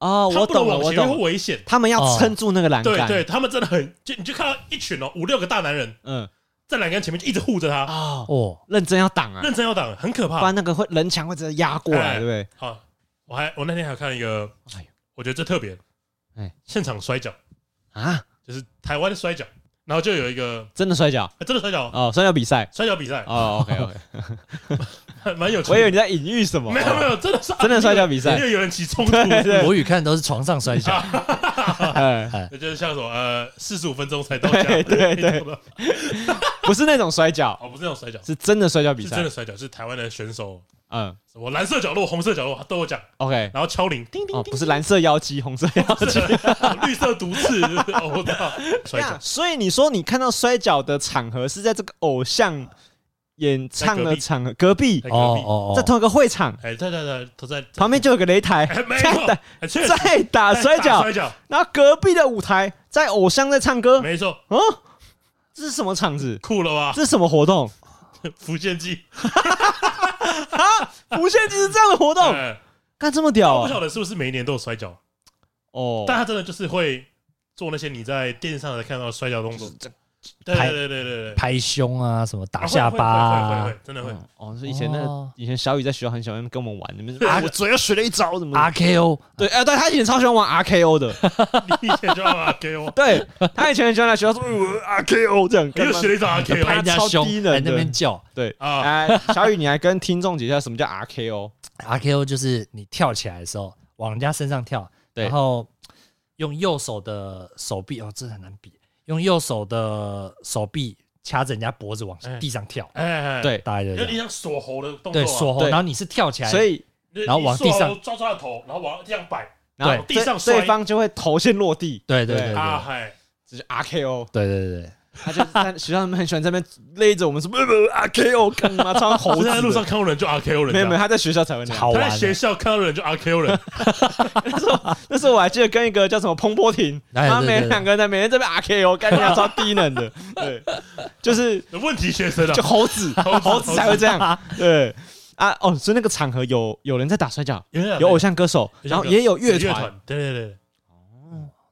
S1: 哦，我
S2: 他们不能
S1: 懂了，
S2: 往
S1: 我
S2: 前，因为
S1: 懂
S2: 会
S1: 了，
S2: 危险。
S1: 他们要
S3: 哦
S1: 撑住那个栏
S2: 对
S1: 杆，
S2: 对，，他们真的很，就你就看到一群哦，五六个大男人
S1: 嗯，
S2: 在栏杆前面就一直护着他，
S1: 哦，
S3: 哦，
S1: 认真要挡啊，
S2: 啊认真要挡，很可
S1: 不
S2: 怕
S1: 然。那个会人墙会直接压过来，
S2: 哎
S1: 对不对？
S2: 好，我还我那天还看了一个
S1: 哎呦，
S2: 我觉得这特别，
S1: 哎
S2: 现场摔跤，
S1: 啊，
S2: 就是台湾的摔跤，然后就有一个
S1: 真的摔跤
S2: 哎真的摔跤哦，
S1: 哦，摔跤比赛
S2: 摔跤比赛，
S1: 哦，OK OK，
S2: 还 蛮有趣
S1: 哦
S2: 的。
S1: 我以为你在隐喻什么，
S2: 没有没有，真的是啊
S1: 真的摔跤比赛
S2: 因为有人起冲 突，
S1: 对对，
S3: 国语看都是床上摔跤，
S1: 哎
S2: 那就是像什么呃，四十五分钟才到家，
S1: 对对对
S2: 那种的
S1: 不是那种摔跤，
S2: 哦，不是那种摔跤，
S1: 是真的摔跤比
S2: 是真
S1: 赛
S2: 的，摔跤，是台湾的选手，
S1: 嗯
S2: 什么蓝色角落、红色角落他都有讲，
S1: ，OK，
S2: 然后敲铃， 叮叮
S1: 哦，
S2: 叮，
S1: 不是蓝色妖姬，红色妖姬。
S2: 绿色毒刺， 哦 我操，摔
S1: 那
S2: 跤，
S1: 所以你说你看到摔跤的场合是在这个偶像演唱的场合隔壁
S2: 在，
S3: 哦
S2: 隔壁，
S3: 哦
S1: 在
S3: 哦，
S1: 同一个会场
S2: 哎，对对对，都在
S1: 旁边，就有个擂台，
S2: 哎，没
S1: 在
S2: 错
S1: 打，
S2: 哎确实
S1: 在打
S2: 在
S1: 摔
S2: 打
S1: 跤
S2: 摔，跤，
S1: 然后隔壁的舞台在偶像在唱歌，
S2: 没啊错，
S1: 嗯，这是什么场子？
S2: 酷了吧？
S1: 这是什么活动？
S2: 福建记，
S1: 无限就是这样的活动，
S2: 哎
S1: 干这么屌
S3: 哦
S2: 我不
S1: 啊
S2: 晓得是不是每一年都有摔跤，
S1: 哦！
S2: 但他真的就是会做那些你在电视上才看到的摔跤动作，对
S3: 拍
S2: 对对对对对。
S3: 拍胸啊，什么打
S2: 啊
S3: 下
S2: 会会会
S3: 巴
S2: 会
S3: 啊
S2: 会，真的会。
S1: 嗯哦，是以前那个
S3: 哦
S1: 以前小雨在学校很喜欢跟我们玩，你们
S2: 对
S1: 啊，
S2: 对
S1: 我左右学了一招，怎么的
S3: ，RKO
S1: 对？哎，对他以前超喜欢玩 RKO 的，
S2: 你以前就要把给我，
S1: 对他以前很喜欢在学校说呃 RKO 这样，
S2: 我又学了一招
S3: 拍
S2: RKO
S3: 人家胸
S1: 超低，能的
S3: 在那边叫
S1: 对
S2: 啊，
S1: 哎，小雨，你来跟听众解释下什么叫 RKO？
S3: RKO，就是你跳起来的时候往人家身上跳，
S1: 对
S3: 然后用右手的手臂，哦，这很难比，用右手的手臂掐着人家脖子往
S2: 哎
S3: 地上跳，
S2: 哎哎，哎，
S1: 对，
S3: 大概就
S2: 有
S3: 是这
S2: 点
S3: 样。
S2: 像锁喉的动作啊，
S3: 对，锁喉，
S1: 对
S3: 然后你是跳起来，
S1: 所以
S2: 你
S3: 然后往地上
S2: 你锁喉抓住他的头，然后往地上摆
S1: 然后
S2: 对
S1: 这
S2: 地上摔
S1: 对方就会头先落地，
S3: 对对
S1: 对
S3: 对对
S2: 啊，嗨，
S1: 这就 RKO。
S3: 对对对对，
S1: 他就是在学校他们很喜欢在那边勒着我们说不呃不 RKO 干嘛？超像猴
S2: 我
S1: 子
S2: 在
S1: 的
S2: 路上看过人就 RKO 人，啊
S1: 没有没有，，他在学校才会那样。
S3: 好
S2: 他
S3: 玩
S2: 在
S3: 欸。
S2: 学校看到人就 RKO 人，
S1: 那时候我还记得跟一个叫什么彭波婷，
S3: 哎
S1: 他
S3: 对
S1: 每
S3: 对对
S1: 两个人在每天这边 RKO，干掉超低能的，对，就是
S2: 问题学生啊
S1: 就，猴子，
S2: 猴子
S1: 猴子才会这样，对啊哦，所以那个场合有有人在打摔跤，
S2: 有
S1: 有偶像歌手，然后也有乐团，，
S2: 对对对，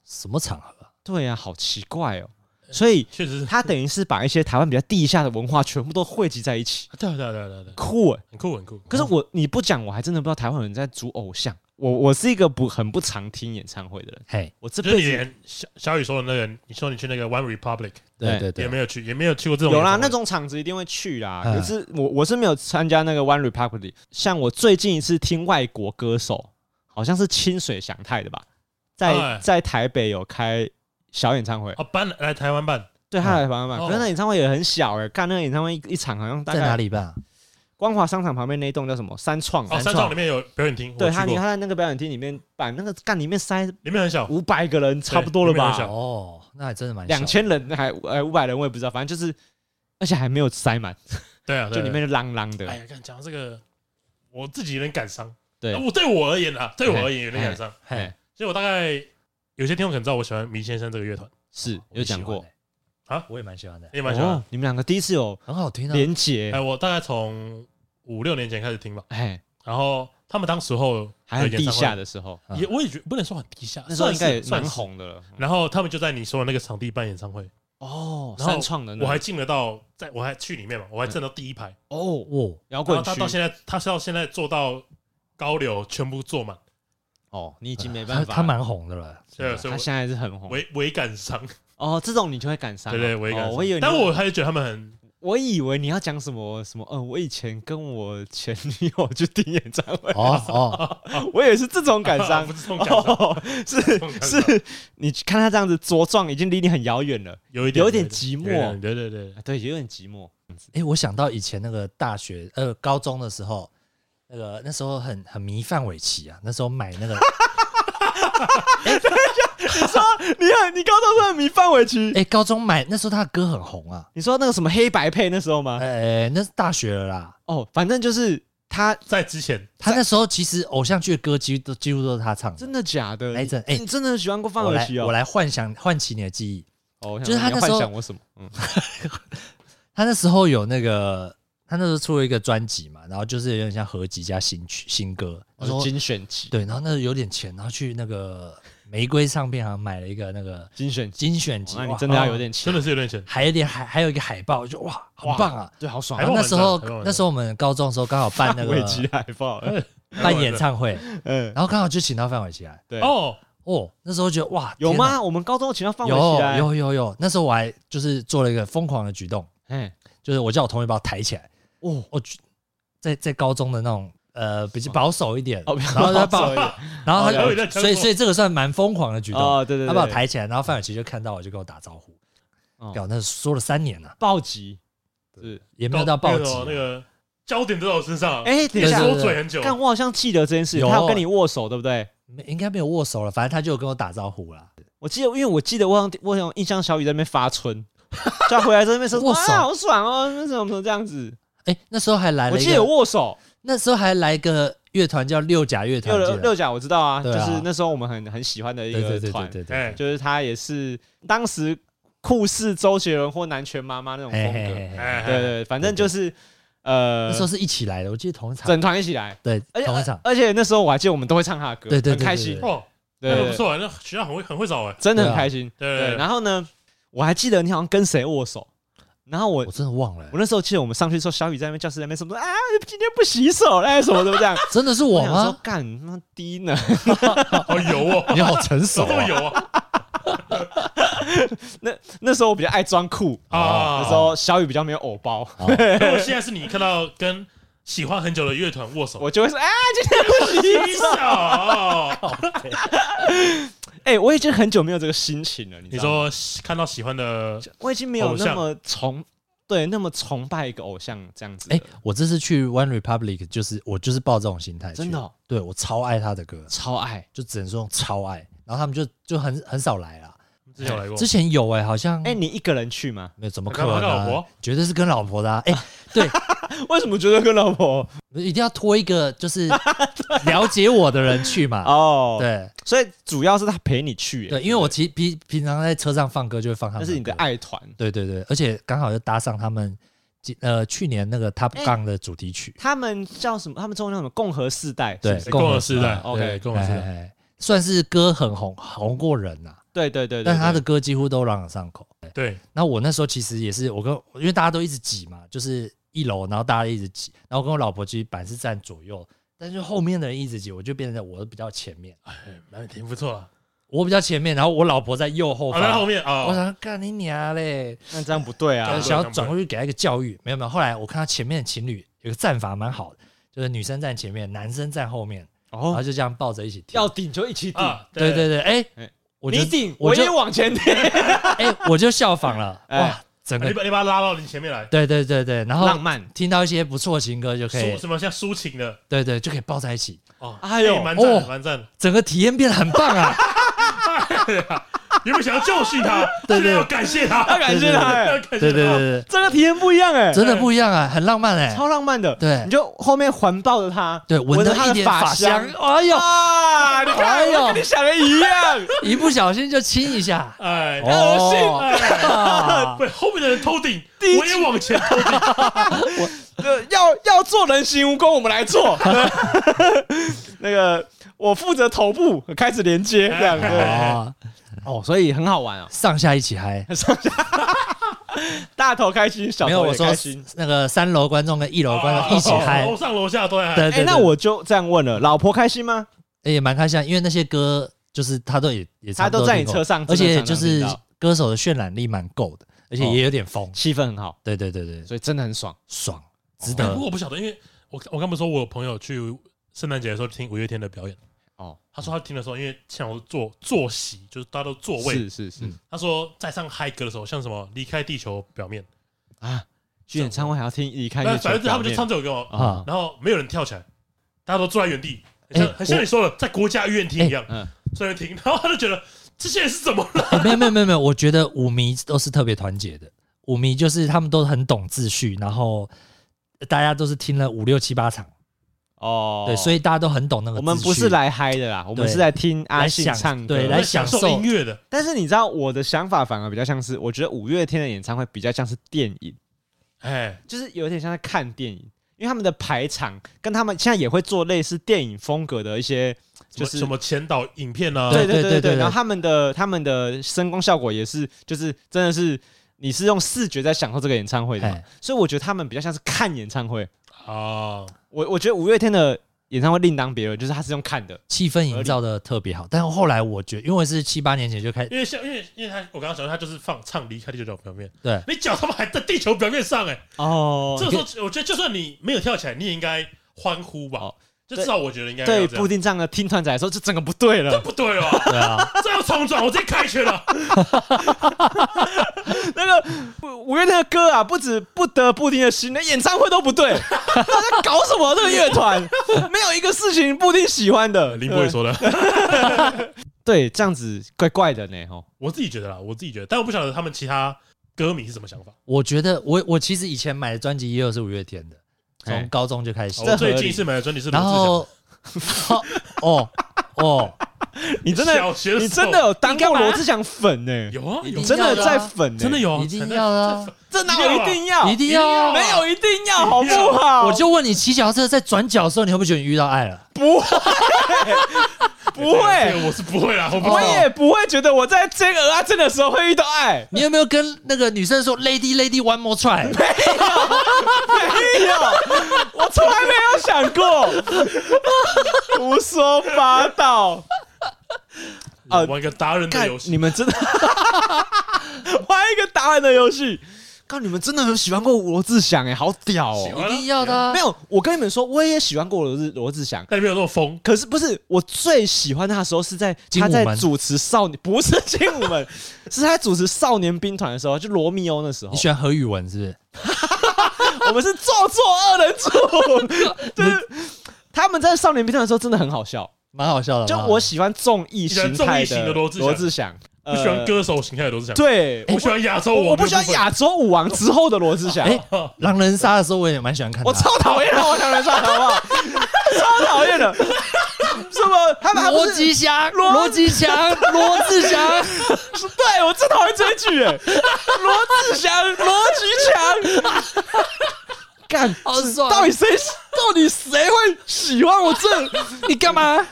S3: 什么场合？
S1: 对啊，好奇怪哦，所以
S2: 确实是，
S1: 他等于是把一些台湾比较地下的文化全部都汇集在一起，
S2: 对对对对对，
S1: 酷哎、
S2: 很酷很酷。哦
S1: 可是我你不讲，我还真的不知道台湾人在组偶像。我我是一个不很不常听演唱会的人，
S3: 嘿，
S1: 我这
S2: 就是
S1: 辈
S2: 你
S1: 子
S2: 连小小雨说的那个，你说你去那个 One
S1: 哎
S2: Republic
S3: 对对
S2: 也
S3: 对，
S2: 没有去，也没有去过这种
S1: 啊有啦，
S2: 演唱会
S1: 那种场子一定会去啦。
S3: 嗯
S1: 可是我我是没有参加那个 One Republic，像我最近一次听外国歌手，好像是清水祥太的吧，在
S2: 哎
S1: 在台北有开小演唱会，
S2: 哦，搬来台湾办，
S1: 对他来台湾嘛，
S2: 哦
S1: 可是那演唱会也很小哎，干那个演唱会一一场好像大
S3: 在哪
S1: 概
S3: 里办啊？
S1: 光华商场旁边那一栋叫什么三创
S2: 哦，三创里面有表演厅，我
S1: 对
S2: 去
S1: 他，你
S2: 过
S1: 看，他在那个表演厅里面办那个干里面塞
S2: 里面很小，
S1: 五百个人，差不多了
S2: 对里面很
S1: 吧？
S2: 小
S3: 哦，那还真的蛮小的
S1: 两千人还呃五百人，我也不知道，反正就是，而且还没有塞满，
S2: 对啊，对
S1: 就
S2: 对
S1: 里面就啷啷的
S2: 哎。呀，看讲到这个，我自己有点感伤。
S1: 对
S2: 啊我对我而言啊，对我而言有点感伤。
S1: 哎
S3: 嘿，，
S2: 所以我大概有些听众可能知道，我喜欢迷先生这个乐团，
S1: 是
S3: 我
S1: 有
S3: 也喜
S1: 讲
S3: 欢
S1: 过哦
S3: 欸
S2: 啊
S3: 我也蛮喜欢的，
S2: 也蛮喜欢的。
S1: 你们两个第一次有
S3: 很好听啊。
S1: 连
S2: 哎，
S1: 结，
S2: 我大概从五六年前开始听吧，
S1: 哎，
S2: 然后他们当时候
S1: 还很
S2: 的演
S1: 地
S2: 唱会
S1: 下，的时候，
S3: 啊
S2: 也我也觉得不能说很地下，
S1: 那时候应该也
S2: 哎算是嗯
S1: 蛮。红的了。
S2: 算是然后他们就在你说的那个场地办演唱会，
S1: 哦，
S2: 然后
S1: 三创的那个，
S2: 我还进得到，在我还去里面嘛，我还站到第一排。
S1: 哦
S3: 哦，
S1: 摇
S2: 然
S1: 滚
S2: 后
S1: 区
S2: 他到现在，他是到现在做到高流全部坐满，
S1: 哦，你已经没
S3: 他
S1: 办法了，
S3: 他蛮红的了，
S2: 对，所以
S1: 他
S2: 我
S1: 现在是很红
S2: 唯唯感伤，
S1: 哦，这种你就会感伤啊，
S2: 对对，唯感
S1: 哦
S2: 伤。
S1: 我以为你
S2: 但我还是觉得他们很
S1: 我以为你要讲什么什么，嗯，我以前跟我前女友去听演唱会，
S3: 哦哦，
S1: 我以为是这种感 伤
S2: 不，是这种感伤，
S1: 哦，是
S2: 种感伤
S1: 是，你看他这样子茁壮，已经离你很遥远了，
S2: 有一点
S1: 有点寂寞，
S2: 对对对，
S1: 啊对，有点寂寞，
S3: 哎，我想到以前那个大学呃高中的时候，那个那时候很很迷范玮琪啊，那时候买 那个
S1: 你看，你高中时候迷范玮琪，
S3: 哎高中买那时候他的歌很红啊，
S1: 你说那个什么黑白配那时候吗？
S3: 哎那是大学了啦，
S1: 哦，反正就是他
S2: 在之前
S3: 他那时候其实偶像剧的歌几乎都几乎都是他唱的
S1: 真。的假的？
S3: 来一阵
S1: 你
S3: 哎
S1: 你真的很喜欢过范
S3: 我
S1: 玮
S3: 来
S1: 琪哦？
S3: 我来幻想唤起你的记忆，
S1: 哦，我想
S3: 就是他
S1: 你要
S3: 那时候
S1: 幻想我什么？嗯，
S3: 他那时候有那个，他那时候出了一个专辑嘛，然后就是有点像合集加新曲新歌，
S1: 我
S3: 然后
S1: 是精选集，
S3: 对，然后那有点钱，然后去那个玫瑰唱片行买了一个那个
S1: 精选集，
S3: 精选集，
S1: 哦那你
S3: 哇
S1: 真的要有，点钱
S2: 真，的是有点钱，
S3: 还有点海，还有一个海报，就哇，很棒啊！
S1: 对，好爽
S2: 还
S3: 然
S2: 有
S3: 后那时候
S2: 海报很赞
S3: 那时候我们高中的时候刚好办那
S1: 范玮琪
S3: 个
S1: 海报，
S3: 办演唱会，
S1: 嗯，
S3: 然后刚好就请到范玮琪来，
S1: 对，
S2: 哦，
S3: 哦，那时候觉得哇，
S1: 有
S3: 天哪？
S1: 吗？我们高中有请到范玮
S3: 有
S1: 琪来，，
S3: 有有有，那时候我还就是做了一个疯狂的举动，
S1: 哎，
S3: 就是我叫我同学把我抬起来。
S1: 哦，
S3: 我去在在高中的那种呃比较保守一点，
S1: 哦，不
S3: 然
S1: 要
S3: 后他
S1: 不好
S3: 把
S1: 意
S3: 我，
S1: 思
S3: 然后
S2: 哦了解
S3: 他，所以所以这个算蛮疯狂的举 动，
S1: 哦，对对
S3: 他
S1: 对，
S3: 把我抬起来，然后范玮琪就看到我就跟我打招呼
S1: 哦，
S3: 屌，那说了三年了，
S1: 暴击，是，
S3: 也没有到暴
S2: 那
S3: 击
S2: 个，那个焦点都在我身上，
S1: 啊哎，等一
S3: 对
S1: 下
S3: 对，
S2: 缩嘴很久，
S1: 看我好像记得这件事，
S3: 有
S1: 他要跟你握手，对不对？
S3: 没应该没有握手了，反正他就有跟我打招呼啦。
S1: 我记得，因为我记得我好像我好像印象小雨在那边发 春，就他回来在那边说
S3: 握
S1: 哇
S3: 手
S1: 好爽哦，那什么什么这样子，
S3: 哎，那时候还来
S1: 我
S3: 了一
S1: 记得有
S3: 个，
S1: 握手，
S3: 那时候还来一个乐团叫六甲乐团，
S1: 六
S3: 记
S1: 六
S3: 得
S1: 六甲我知道啊，就
S3: 对啊
S1: 是那时候我们很很喜欢的一
S3: 对对
S1: 个
S3: 对对
S1: 团，
S3: 对
S2: 哎
S3: 对，
S1: 就是他也是当时酷似周杰伦或南拳妈妈那种风
S3: 嘿
S1: 格，
S3: 嘿嘿嘿，
S2: 哎，
S1: 对对，对，反正就是呃哎
S3: 那时，候是一起来的，我记得同一场，
S1: 整团一起来，
S3: 对，
S1: 而且
S3: 同一场，
S1: 而且那时候我还记得我们都会唱他的歌，
S3: 对对对
S1: 很开心
S3: 对，
S2: 哦，
S1: 对
S2: 那
S1: 对
S2: 个
S1: 对
S2: 不错，那学校很会很会找哎，
S1: 真的很开心。
S2: 对
S1: 哎对，啊
S2: 对对，
S1: 然后呢，我还记得你好像跟谁握手，然后我
S3: 我真的忘了
S1: 我，那时候记得我们上去之后，小雨在那边教室那边什么啊，今天不洗手嘞，什么都这样。
S3: 真的是 我
S1: 想说
S3: 吗？
S1: 干妈低呢，
S2: 好油 哦，
S3: 你好成熟
S2: 怎么 这么
S3: 啊！
S2: 油啊
S1: 那时候我比较爱装酷，
S2: 啊
S1: 那时候小雨比较没有偶包，
S2: 如果现在是你看到跟喜欢很久的乐团握手，
S1: 我就会说啊，今天不 洗手。
S2: 洗 手，
S1: 哎、我已经很久没有这个心情了，你
S2: 你
S1: 知道吗？
S2: 说看到喜欢的
S1: 我已经没有
S2: 偶像
S1: 那么崇对那么崇拜一个偶像这样子了。
S3: 哎、我这次去 One Republic，就是我就是抱这种心态去，
S1: 真的哦
S3: 对我超爱他的歌，
S1: 超爱
S3: 就只能说超爱。然后他们就就很很少来啦，
S2: 之前有来过
S3: 之，前有哎、好像
S1: 哎、你一个人去吗？
S3: 没有怎么可
S2: 干嘛
S3: 能、
S2: 跟老
S3: 啊
S2: 婆，
S3: 绝对是跟老婆的、啊。哎、
S1: 为什么觉得跟老婆？
S3: 一定要拖一个就是了解我的人去嘛。
S1: 哦，，
S3: 啊对
S1: 所以主要是他陪你去、哎
S3: 对，因为我其实平平常在车上放歌就会放他
S1: 那
S3: 们，
S1: 是你的。爱团，
S3: 对对对，而且刚好又搭上他们今呃去年那个 Top
S1: 哎
S3: Gun 的主题曲，
S1: 他们叫什么？他们中文叫什么？共和世代，
S3: 对
S1: 是不是
S2: 共和时代
S3: 啊
S1: ，OK，
S2: 对共和时
S3: 哎
S2: 代，
S3: 哎哎算是歌很红红过人呐、
S1: 对对对对，
S3: 但他的
S1: 对
S3: 歌几乎都朗朗上口。
S2: 对，
S3: 那我那时候其实也是，我跟因为大家都一直挤嘛，就是一楼，然后大家一直挤，然后我跟我老婆其实本来是站左右，但是后面的人一直挤，我就变成在我比较前面，
S2: 哎，挺不错啊，
S3: 我比较前面，然后我老婆在右后
S2: 好，在后
S3: 方。
S2: 面啊
S3: 我，想说干你娘嘞！
S1: 那这样不对啊
S2: 对，
S3: 想要转过去给她一个教育，没有没有。后来我看到前面的情侣有个站法蛮好的，就是女生站前面，男生站后面，然后
S1: 哦，
S3: 就这样抱着一起跳
S1: 要。顶就一起顶，
S2: 啊，
S3: 对对
S2: 对，
S3: 对，哎、
S1: 哎
S3: 我就
S1: 你顶，
S3: 我
S1: 我也
S3: 就
S1: 往前顶，
S3: 哎、我就效仿了，
S1: 哎
S3: 哇，整
S2: 啊你
S3: 个
S2: 把你把他拉到你前面来，
S3: 对对对对，然后
S1: 浪漫。
S3: 听到一些不错的情歌就可以
S2: 抒，什么像抒情的
S3: 对对，就可以抱在一起，
S2: 哦，
S1: 哎呦
S2: 蛮赞的
S3: 哦
S2: 蛮赞的，
S3: 整个体验变得很棒啊！
S2: 原本想要教训他，
S3: 对
S2: 现
S3: 对
S2: 在要感谢他，
S1: 要感谢他哎
S2: 要感谢他，，
S3: 对对对对
S1: 这个体验不一样哎、
S3: 对，真的不一样啊，很浪漫哎、
S1: 超浪漫的。
S3: 对
S1: 你就后面环抱着他，
S3: 对，闻
S1: 着
S3: 到
S1: 他
S3: 一
S1: 的
S3: 点法
S1: 香，
S3: 哎呦，
S1: 啊！你看，
S3: 哎呦
S1: 我跟你想的一样，
S3: 一不小心就亲一下
S2: 哎，
S3: 恶
S1: 心
S3: 哦啊！
S2: 被后面的人偷顶，
S1: 第一
S2: 我也往前偷 顶，
S1: 对要要做人形蜈蚣，我们来 做。那个我负责头部，开始连接这样。对，
S3: 哦
S1: 哎哦，所以很好玩哦，
S3: 上下一起嗨。
S1: 大头开心， 小
S3: 没有
S1: 头
S3: 我
S1: 也
S3: 说
S1: 开心。哦
S3: 那个三楼观众跟一楼观众一起嗨，
S2: 哦楼上楼下都在嗨。
S3: 对对
S1: 哎，
S3: 对，
S1: 那我就这样问了，老婆开心吗？
S3: 哎也蛮开心啊，因为那些歌就是他都也也差
S1: 她
S3: 不多
S1: 都在你
S3: 听过
S1: 车上，
S3: 而
S1: 真的
S3: 且
S1: 常常
S3: 就是
S1: 听到
S3: 歌手的渲染力蛮够的，而且
S1: 哦
S3: 也有点疯，
S1: 气氛很好，
S3: 对对对对，
S1: 所以哦真的很爽。
S3: 爽，值
S2: 哎
S3: 得
S2: 不过。我不晓得，因为我我刚不是说我有朋友去圣诞节的时候听五月天的表演，
S1: 哦，
S2: 他说他听的时候，因为像我坐坐席，就是大家都座位，
S1: 是是是
S3: 嗯
S2: 他说在唱嗨歌的时候，像什么离开地球表面，
S1: 啊，去演唱会还要听离开
S2: 那
S1: 月球
S2: 反正他们
S1: 表
S2: 就
S1: 面哦
S2: 唱这首歌嘛，
S3: 啊
S2: 然后没有人跳起来，大家都坐在原地，很像
S3: 哎
S2: 很像你说的在国家医院听一样
S1: 哎嗯，
S2: 坐在那边听，然后他就觉得这些人是怎么了？
S3: 哎没有没有没有没有，我觉得舞迷都是特别团结的，舞迷就是他们都很懂秩序，然后大家都是听了五六七八场，
S1: 哦，
S3: 对，所以大家都很懂那个秩序。
S1: 我们不是来嗨的啦，我们
S3: 对
S1: 是在听阿
S3: 来
S1: 信
S3: 享
S1: 唱歌。
S3: 对来享受
S2: 音乐的，
S1: 但是你知道我的想法反而比较像是，我觉得五月天的演唱会比较像是电影，
S2: 哎，
S1: 就是有点像在看电影，因为他们的排场跟他们现在也会做类似电影风格的一些，
S2: 就
S1: 就是是
S2: 什么前导影片啊，
S1: 对对
S3: 对
S1: 对
S3: 对
S1: 对
S3: 对
S1: 对，
S3: 对
S1: 然后他们的他们的声光效果也是，就是真的是你是用视觉在享受这个演唱会的嘛
S3: 哎，
S1: 所以我觉得他们比较像是看演唱会。
S2: 啊，
S1: 我我觉得五月天的演唱会另当别论，就是他是用看的，
S3: 气氛营造的特别好，但后来我觉得，因为我是七八年前就开始，
S2: 因为像因为因为他我刚刚讲他就是放唱离开地球表面，
S3: 对
S2: 你脚他妈还在地球表面上哎、
S1: 哦
S2: 这个时候我觉得就算你没有跳起来，你也应该欢呼吧，
S1: 哦
S2: 就至少我觉得应该
S1: 对
S2: 要这样
S1: 布丁这样的听团仔来说，这整个不对了。
S2: 不对吧？
S3: 对啊，
S2: 这要重转，我直接开拳了。
S1: 那个五五月天的歌啊，不止不得不听的心，连演唱会都不对，他在搞什么？这个乐团没有一个事情布丁喜欢的。
S2: 呃林博也说的，
S1: 对，这样子怪怪的呢，吼。
S2: 我自己觉得啦，我自己觉得，但我不晓得他们其他歌迷是什 么想法。
S3: 我觉得我我其实以前买的专辑也有是五月天的，
S1: 哎
S3: 从高中就开始
S2: 哦。
S1: 这
S2: 我最
S1: 合理
S2: 近一次买的专辑是罗
S3: 然
S2: 志祥，
S3: 后，哦哦，
S1: 你真的，
S2: 小学时候
S1: 你真的有当过罗志祥粉呢、
S2: 有啊，有
S1: 你
S2: 啊
S1: 真的在粉呢、
S2: 真的，有啊，
S3: 一定要啊
S2: 真的，
S1: 这哪有一定要？
S3: 一定要啊！
S1: 没有一定要，好不好？
S3: 我就问你，骑脚踏车在转角的时候，你会不会觉得你遇到爱了？
S1: 不
S2: 哎这
S1: 会，
S2: 个我是不会啦，我不
S3: 哦
S1: 我也不会觉得我在追鹅啊真的时候会遇到爱，
S3: 你有没有跟那个女生说 “lady lady one more try”？
S1: 没有，我从来没有想过，胡说八道。啊
S2: 玩一个达人的
S1: 看
S2: 游戏
S1: 你。们真的 玩一个打人的游戏，看你们真的有喜欢过罗志祥哎、好屌
S2: 喜
S1: 哦！
S2: 欢
S3: 一定要的啊
S1: 没！有，我跟你们说，我也喜欢过罗志罗志祥。
S2: 但你没有那么疯，
S1: 可是不是我最喜欢他的时候是在他
S3: 精武
S1: 在
S3: 门
S1: 主持少年， 不是精武门，是他主持少年兵团的时候，就罗密欧那时候
S3: 你，喜欢何宇文是不是？
S1: 我们是做作二人组， 就是他们在少年兵团的时候真的很好笑，
S3: 蛮好笑的。
S1: 就
S3: 蛮好
S1: 我
S3: 笑
S1: 喜欢综艺形态
S2: 你喜欢综艺型的罗志祥
S1: 罗志祥，
S2: 不喜欢歌手形态的罗志
S1: 呃，
S2: 祥，
S1: 对，
S2: 我喜欢亚洲
S1: 我
S2: 王，
S1: 我不喜欢亚洲舞王之后的罗志祥，
S3: 哎，狼人杀的时候我也蛮喜欢看 的。啊
S1: 我超讨 厌他，我想人上好不 好？超讨厌的，什么他们还不
S3: 罗
S1: 是
S3: 吉祥，罗吉祥， 罗志祥，
S1: 对我最讨厌这一句 哎，罗志祥、罗菊强，干，
S3: 好爽！
S1: 到底谁到底谁会喜欢我这？你干嘛？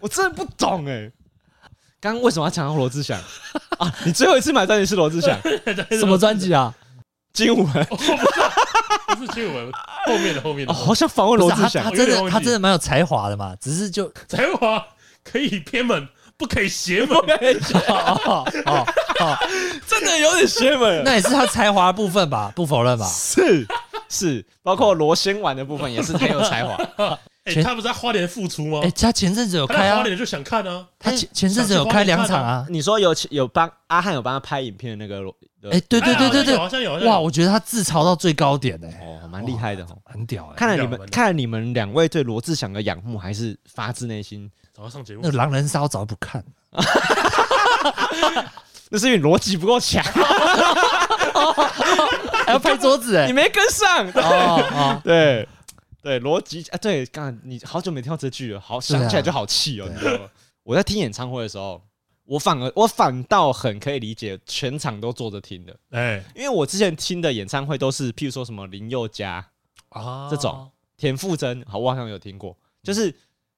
S1: 我真的不懂哎。刚刚为什么要讲到罗志祥啊？你最后一次买专辑是罗志祥，
S3: 什么专辑啊？
S1: 金武门。
S2: 不是新闻，后面的后面
S1: 哦，
S2: 的
S1: 好想访问罗志
S3: 不是
S1: 祥
S3: 啊他他。真
S2: 我有点忘
S3: 的
S2: 记
S3: 他真的蛮有才华的嘛，只是就
S2: 才华可以偏门，不可以邪门。
S3: 哦哦，
S1: 真的有点邪门。
S3: 那也是他才华的部分吧，不否认吧？
S1: 是是，包括罗先玩的部分也是很有才华。
S2: 哎，
S3: 前
S2: 他不是在花莲复出吗
S3: 哎，？他前阵子有
S2: 他
S3: 开
S2: 在花
S3: 啊，
S2: 莲就想看啊，
S3: 他前前阵子有开两场啊。
S1: 你说有有帮阿汉有帮他拍影片的那个罗，
S3: 哎，对对对对
S2: 哎好像有好像有
S3: 对，
S2: 嗯
S3: 哇，我觉得他自嘲到最高点哎，
S1: 哦，蛮厉害的哦。
S3: 很屌哎。
S1: 看来你
S2: 蛮屌蛮
S1: 们
S2: 屌
S1: 看来你们两位对罗志祥的仰慕还是发自内心，
S2: 早上节目
S3: 那个狼人杀我早就不看，
S1: 那是因为你逻辑不够强，啊
S3: 还要拍桌子哎
S1: 你。没跟上。
S3: 哦
S1: 对对，逻辑啊，对，刚你好久没听到这句了，好
S3: 是啊
S1: 想起来就好气哦，你知道吗？ 我在听演唱会的时候，我反而我反倒很可以理解全场都坐着听的，
S2: 哎
S1: 因为我之前听的演唱会都是，譬如说什么林宥嘉、
S3: 哦啊
S1: 这种田馥甄，好，我好像有听过，就是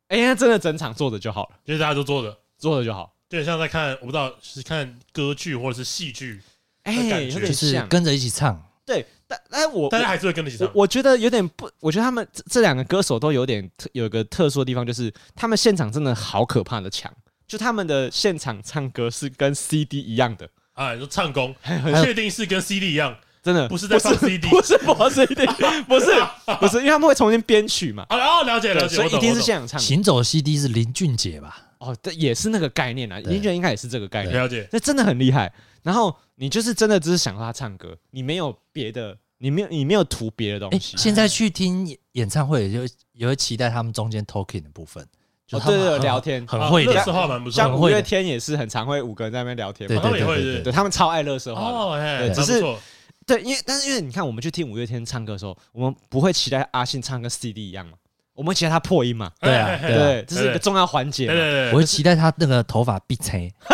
S1: 哎、那真的整场坐着就好了，
S2: 就是大家都坐着，
S1: 坐着就好，
S2: 有点像在看，我不知道是看歌剧或者是戏剧，
S1: 哎、
S2: 感觉
S1: 有
S3: 就
S1: 点
S3: 是
S1: 像，
S3: 跟着一起唱。
S1: 对，但但我
S2: 大家还是会跟得起
S1: 我
S2: 唱。
S1: 我觉得有点不，我觉得他们这这两个歌手都有点特有一个特殊的地方，就是他们现场真的好可怕的强，就他们的现场唱歌是跟 CD 一样的，
S2: 啊，就唱功，
S3: 有
S2: 确定是跟 CD 一 样。
S1: 真的
S2: 不是在放 CD
S1: 不是播 CD，不 是不是，因为他们会重新编曲嘛，
S2: 啊，哦，了解了
S1: 对
S2: 解，
S1: 所以
S2: 我懂
S1: 一定
S2: 我
S1: 是
S2: 懂
S1: 现场唱
S3: 行走 CD 是林俊杰吧？
S1: 哦，这也是那个概念啊，
S3: 对
S1: 林俊应该也是这个概念，
S2: 了解。
S1: 这真的很厉害。然后你就是真的只是想他唱歌，你没有别的，你没有你没有图别的
S3: 哎，
S1: 东西。
S3: 现在去听演演唱会，也就也会期待他们中间 talking 的部分，就
S1: 哦
S3: 他们
S1: 对对
S3: 很
S1: 聊天
S3: 很
S2: 啊
S3: 会
S2: 乐
S3: 聊
S2: 色。话蛮不错
S1: 像
S2: 的，
S3: 很
S1: 五
S3: 会的
S1: 月天也是很常会五个人在那边聊天
S3: 对
S1: 嘛，
S2: 他
S3: 对
S2: 们也会
S3: 对啊
S2: 是
S1: 对他们超爱乐色化的。
S2: 哦，哎，
S1: 对
S2: 这样
S1: 只
S2: 不
S1: 是
S2: 错
S1: 对，因为但是因为你看，我们去听五月天唱歌的时候，我们不会期待阿信唱跟 CD 一样嘛，我们期待他破音嘛，
S3: 对啊
S2: 哎哎哎
S1: 对不
S3: 啊
S1: 对，这是一个重要环节
S2: 对
S1: 嘛。
S2: 对
S3: 我
S2: 对，
S3: 会期待他那个头发必吹，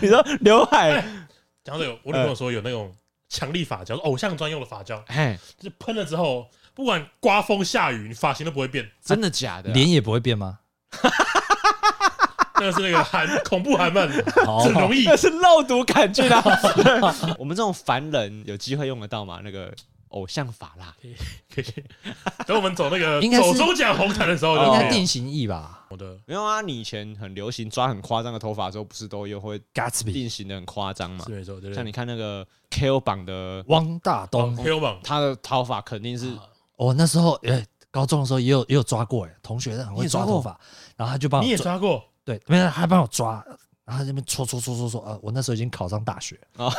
S1: 你说刘海，
S2: 讲到这个，我女朋友说有那种强力发胶，偶像专用的发胶，
S1: 哎，
S2: 就是喷了之后，不管刮风下雨，你发型都不会变。
S1: 真的假的啊？
S3: 脸也不会变吗？
S2: 那个是 那个韩恐怖韩漫，
S3: 好
S1: 哦
S2: 整容 易
S1: 那是肉毒杆菌啊！ 我们这种凡人有机会用得到吗？那个偶像法啦，
S2: 等我们走那个
S3: 应该是
S2: 走中奖红毯的时候，
S3: 应
S2: 就哦
S3: 该
S2: 可以
S3: 定型艺吧
S2: 我的
S1: 没有啊，你以前很流行抓很夸张的头发的时候，不是都又会
S3: ？Gatsby，
S1: 定型的很夸张嘛
S2: 是？没错，对不
S1: 像你
S2: 对？
S1: 看那个 KO 榜的，
S3: 汪大东。
S2: 黑网
S1: 他的头发肯定是，
S3: 我那时候哎，高中的时候也有也有抓过哎，同学很
S1: 你
S3: 会
S1: 也抓
S3: 抓
S1: 过
S3: 头发，然后他就帮
S2: 你也
S3: 我抓，
S2: 抓过，
S3: 对，没有他帮我抓，然后他在那边搓搓搓搓搓，呃，我那时候已经考上大学
S1: 哦，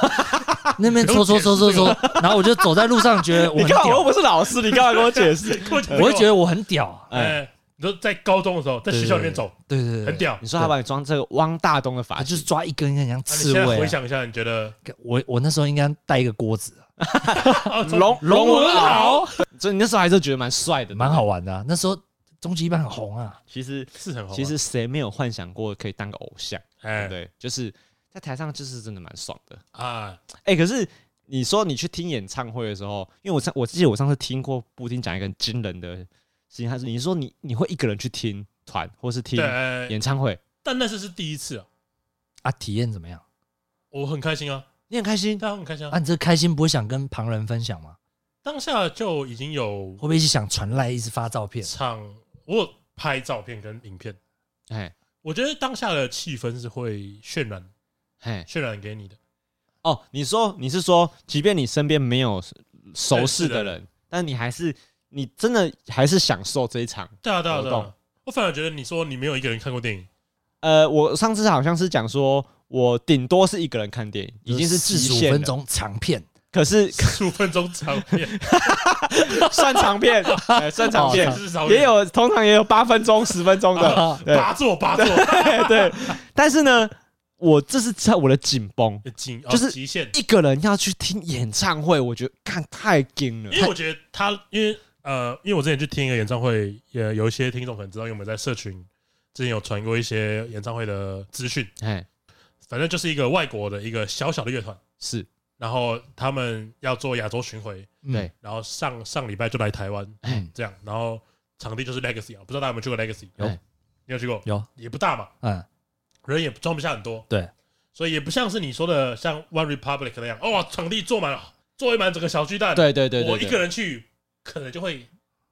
S3: 那边搓搓搓搓搓，然后我就走在路上觉得我
S1: 你
S3: 很
S1: 看我又
S3: 屌，
S1: 不是老师，你干嘛跟我解释？
S2: 我
S3: 我会觉得我很屌，啊
S1: 哎，
S2: 哎，你说在高中的时候，在学校里面走，
S3: 对对对，
S2: 很屌。啊
S1: 你说他把你装这个汪大东的发
S3: 啊，
S1: 型，
S3: 就是抓一根很像
S2: 那你
S3: 刺
S2: 现在
S3: 猬
S2: 回
S3: 啊、
S2: 想一下，你觉得
S3: 我我那时候应该带一个锅子，
S2: 啊从
S1: 龙
S3: 龙
S1: 纹
S3: 纹
S1: 袄， 所以你那时候还是觉得蛮帅的，
S3: 蛮好。玩的、啊。那时候终极一班很红啊，
S1: 其实
S2: 是很好玩，
S1: 其实谁没有幻想过可以当个偶像？
S2: 哎
S1: 对，就是在台上就是真的蛮爽的。
S2: 啊，
S1: 哎、可是你说你去听演唱会的时候，因为我上我记得我上次听过布丁讲一个很惊人的事情，他是你说你你会一个人去听团或是听
S2: 对，哎
S1: 演唱会，
S2: 但那次是第一次啊，
S3: 啊，体验怎么样？
S2: 我很开心啊，
S1: 你很开心。
S2: 大家很开心啊
S3: 啊，，你这个开心不会想跟旁人分享吗？
S2: 当下就已经有
S3: 会不会一直想传来，一直发照片？
S2: 唱，我有拍照片跟影片，
S1: 哎
S2: 我觉得当下的气氛是会渲染
S1: 哎
S2: 渲染给你的，
S1: 哦，你说你是说，即便你身边没有熟
S2: 认
S1: 识
S2: 识的
S1: 的人，但你还是你真的还是享受这一场。
S2: 对啊对啊
S1: 我
S2: 对
S1: 懂
S2: 啊，我反而觉得你说你没有一个人看过电影，
S1: 呃，我上次好像是讲说，我顶多是一个人看电影，已经是极
S3: 四十五
S1: 限
S3: 分
S1: 了。
S3: 钟长片，
S1: 可是
S2: 十五分钟长片，
S1: 算长 片，哎算长片哦
S2: 也，是少
S1: 也有通常也有八分钟、十分钟的，对
S2: 八座 八座，
S1: 对。但是呢，我这是在我的紧绷，
S2: 紧
S1: 就
S2: 就是是极限，
S1: 一个人要去听演唱会，我觉得看太劲了
S2: 因。为我觉得他，因为呃，因为我之前去听一个演唱会，也有一些听众可能知道，因为我们在社群之前有传过一些演唱会的资讯。
S1: 哎，
S2: 反正就是一个外国的一个小小的乐团，
S1: 是
S2: 然后他们要做亚洲巡回，
S3: 嗯
S1: 对，哎
S2: 然后上上礼拜就来台湾
S3: 嗯，
S2: 这样，然后场地就是 Legacy 啊，不知道大家有没有去过 Legacy？
S3: 有
S2: 你有去过？
S3: 哎有，
S2: 也不大嘛，
S3: 嗯，
S2: 人也装不下很多，
S3: 对，
S2: 所以也不像是你说的像 One Republic 那样，哦，场地坐满了，坐满整个小巨蛋，
S1: 对对对对，
S2: 我一个人去可能就会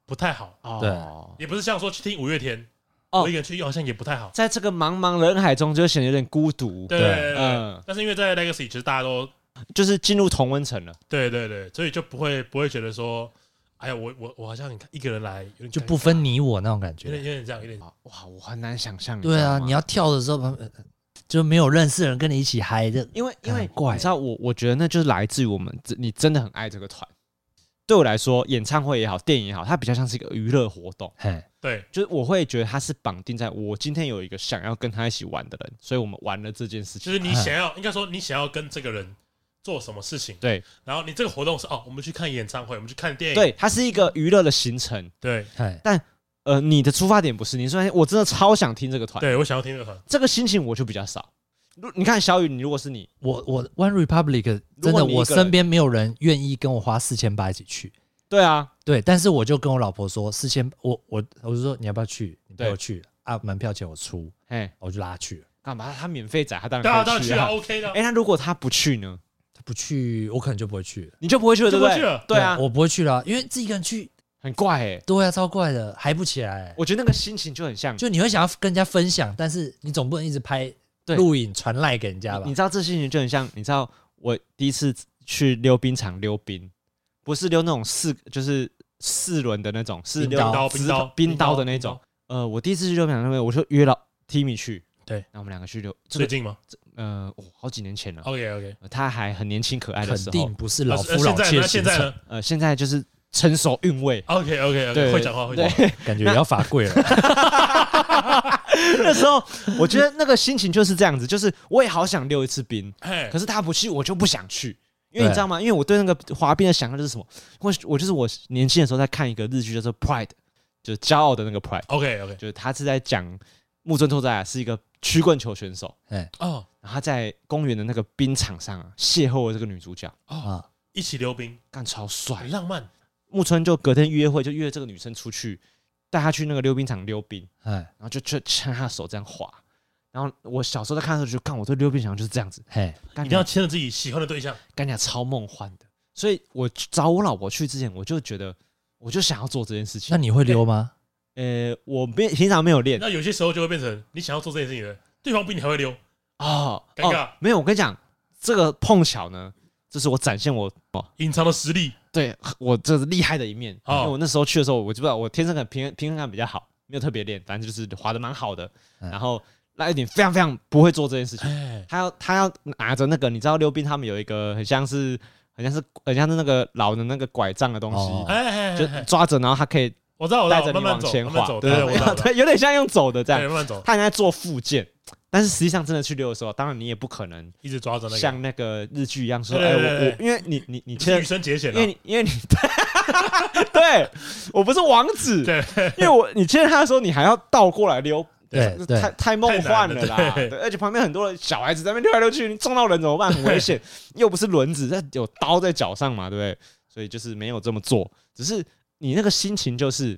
S2: 不太好，
S3: 对
S1: 哦，
S2: 也不是像说去听五月天，
S1: 哦
S2: 我一个人去好像也不太好，
S1: 在这个茫茫人海中，就显得有点孤独。
S2: 对
S3: 对
S2: 对对对，
S1: 嗯，
S2: 但是因为在 Legacy 其实大家都
S1: 就是进入同温层了。
S2: 对对对，所以就不会不会觉得说，哎呀，我我我好像很一个人来，有点
S3: 就
S2: 尴尬
S3: 不，
S1: 啊
S3: 分你我那种感
S2: 有点
S3: 觉。嗯
S2: 有点这样，有点
S1: 哇，我很难想象。
S3: 对啊，
S1: 知道吗
S3: 你要跳的时候，呃 就没有认识的人跟你一起嗨的，
S1: 因为因为
S3: 很怪
S1: 你知道我，我觉得那就是来自于我们真，你真的很爱这个团。对我来说，演唱会也好，电影也好，它比较像是一个娱乐活动，
S3: 嘿，
S2: 对
S1: 就是我会觉得它是绑定在我今天有一个想要跟他一起玩的人，所以我们玩了这件事情。
S2: 就是你想要，应该说你想要跟这个人做什么事情，
S1: 对
S2: 然后你这个活动是哦，我们去看演唱会，我们去看电影，
S1: 对，它是一个娱乐的行程。
S2: 对
S3: 嘿，
S1: 呃，你的出发点不是，你说哎我真的超想听这个团，
S2: 对，我想要听这个团，
S1: 这个心情我就比较少。如你看小雨，你如果是你，
S3: 我我 One Republic
S1: 如
S3: 真
S1: 果你一个
S3: 的，
S1: 人
S3: 我身边没有人愿意跟我花四千八一起去。
S1: 对啊，
S3: 对，但是我就跟我老婆说，四千，我我我就说你要不要去？你陪
S1: 对
S3: 我去，啊，门票钱我出，
S1: 哎，
S3: 我就拉他去了。
S1: 干嘛？他免费载，他当
S2: 对啊，
S1: 然
S2: 当
S1: 可以去
S2: 然去啊
S1: 啊。
S2: ，OK 的啊，
S1: 哎，那如果他不去呢？
S3: 他不去，我可能就不会去了。
S1: 你就不会去了，
S2: 就
S1: 对
S2: 不
S1: 对
S2: 去了？
S1: 对啊，
S3: 我不会去了，因为自己一个人去，
S1: 很怪哎，
S3: 对啊，超怪的，嗨不起来、
S1: 我觉得那个心情就很像，
S3: 就你会想要跟人家分享，但是你总不能一直拍
S1: 对
S3: 录影传赖给人家吧
S1: 你？知道这心情就很像，你知道我第一次去溜冰场溜冰，不是溜那种四就是四轮的那种，是
S3: 冰
S1: 溜
S3: 刀
S2: 冰刀
S1: 冰刀的那
S2: 冰
S1: 种。呃，我第一次去溜冰场那边，我就约了 Timmy 去，
S3: 对，
S1: 那我们两个去溜。这
S2: 最
S1: 个
S2: 近吗
S1: 呃，哦，好几年前了，
S2: ？OK OK，
S1: 呃他还很年轻可爱的
S3: 肯
S1: 时候
S3: 定。不是老夫
S2: 啊现
S3: 老
S2: 在
S3: 妻
S2: 呢？
S3: 的
S2: 现
S3: 行
S2: 在
S3: 程，
S2: 呢
S1: 呃，现在就是成熟韵味。
S2: ？OK OK
S1: 对
S2: OK，会讲话会讲
S1: 对
S2: 话，，
S3: 感觉也要罚 跪了。
S1: 那时候我觉得那个心情就是这样子，就是我也好想溜一次冰，
S2: 哎
S1: 可，是他不去，我就不想去，因为你
S3: 对
S1: 知道吗？因为我对那个滑冰的想象就是什么？我我就是我年轻的时候在看一个日剧叫做《Pride》，就是骄傲的那个 Pride，
S2: OK OK，
S1: 就是他是在讲木村拓哉啊是一个曲棍球选手，
S2: 哦
S1: 然后他在公园的那个冰场上啊邂逅了这个女主角，
S2: 哦，一起溜冰，
S1: 干超帅
S2: 很。浪漫。
S1: 木村就隔天约会，就约这个女生出去，带她去那个溜冰场溜冰，
S3: 哎
S1: 然后就就牵她的手这样滑。然后我小时候在看的时候就看我对溜冰场就是这样子，
S3: 嘿，
S1: 干
S2: 一定要牵着自己喜欢的对象。
S1: 干讲超梦幻的。所以我找我老婆去之前，我就觉得我就想要做这件事
S3: 那
S1: 情。
S3: 你会溜吗？
S1: 呃，我没平常没有练
S2: 那有些时候就会变成你想要做这件事情的，对方比你还会溜。
S1: 哦，
S2: 尴尬
S1: 哦，没有。我跟你讲，这个碰巧呢，这是我展现我哦，
S2: 隐藏的实力，
S1: 对我这是厉害的一面。
S2: 哦
S1: 因为我那时候去的时候，我就不知道我天生很平衡平衡感比较好，没有特别练，反正就是滑的蛮好的。
S3: 嗯
S1: 然后那一点非常非常不会做这件事情，
S2: 哎，
S1: 他要他要拿着那个，你知道溜冰他们有一个很像是很像是很像是那个老的那个拐杖的东
S3: 哦
S1: 西，
S2: 哎，
S1: 就抓着，然后他可以
S2: 我知道，我
S1: 带
S2: 知
S1: 着
S2: 道，
S1: 你
S2: 慢慢
S1: 往
S2: 走，
S1: 前
S2: 慢
S1: 滑
S2: 慢，走，
S1: 对
S2: 对对，哦我知道，对，
S1: 对，有点像用走的这样。
S2: 慢慢走，
S1: 他很像在做复健，但是实际上真的去溜的时候，当然你也不可能
S2: 一直抓着那个，
S1: 像那个日剧一样说，
S2: 对
S1: 哎，
S2: 对
S1: 我
S2: 对
S1: 我，因为你你你
S2: 不是
S1: 牵
S2: 女，生节选
S1: 因
S2: 啊
S1: 为，你 因为你对，我不是王子，
S2: 对，
S1: 因为我你牵着他的时候，你还要倒过来溜。
S3: 对
S1: 这
S3: 对
S1: 太太梦幻了啦
S2: 太难！了对
S1: 对，而且旁边很多的小孩子在那边溜来溜去，你撞到人怎么办？很危 险，又不是轮子，那有刀在脚上嘛，对不对？所以就是没有这么做，只是你那个心情就是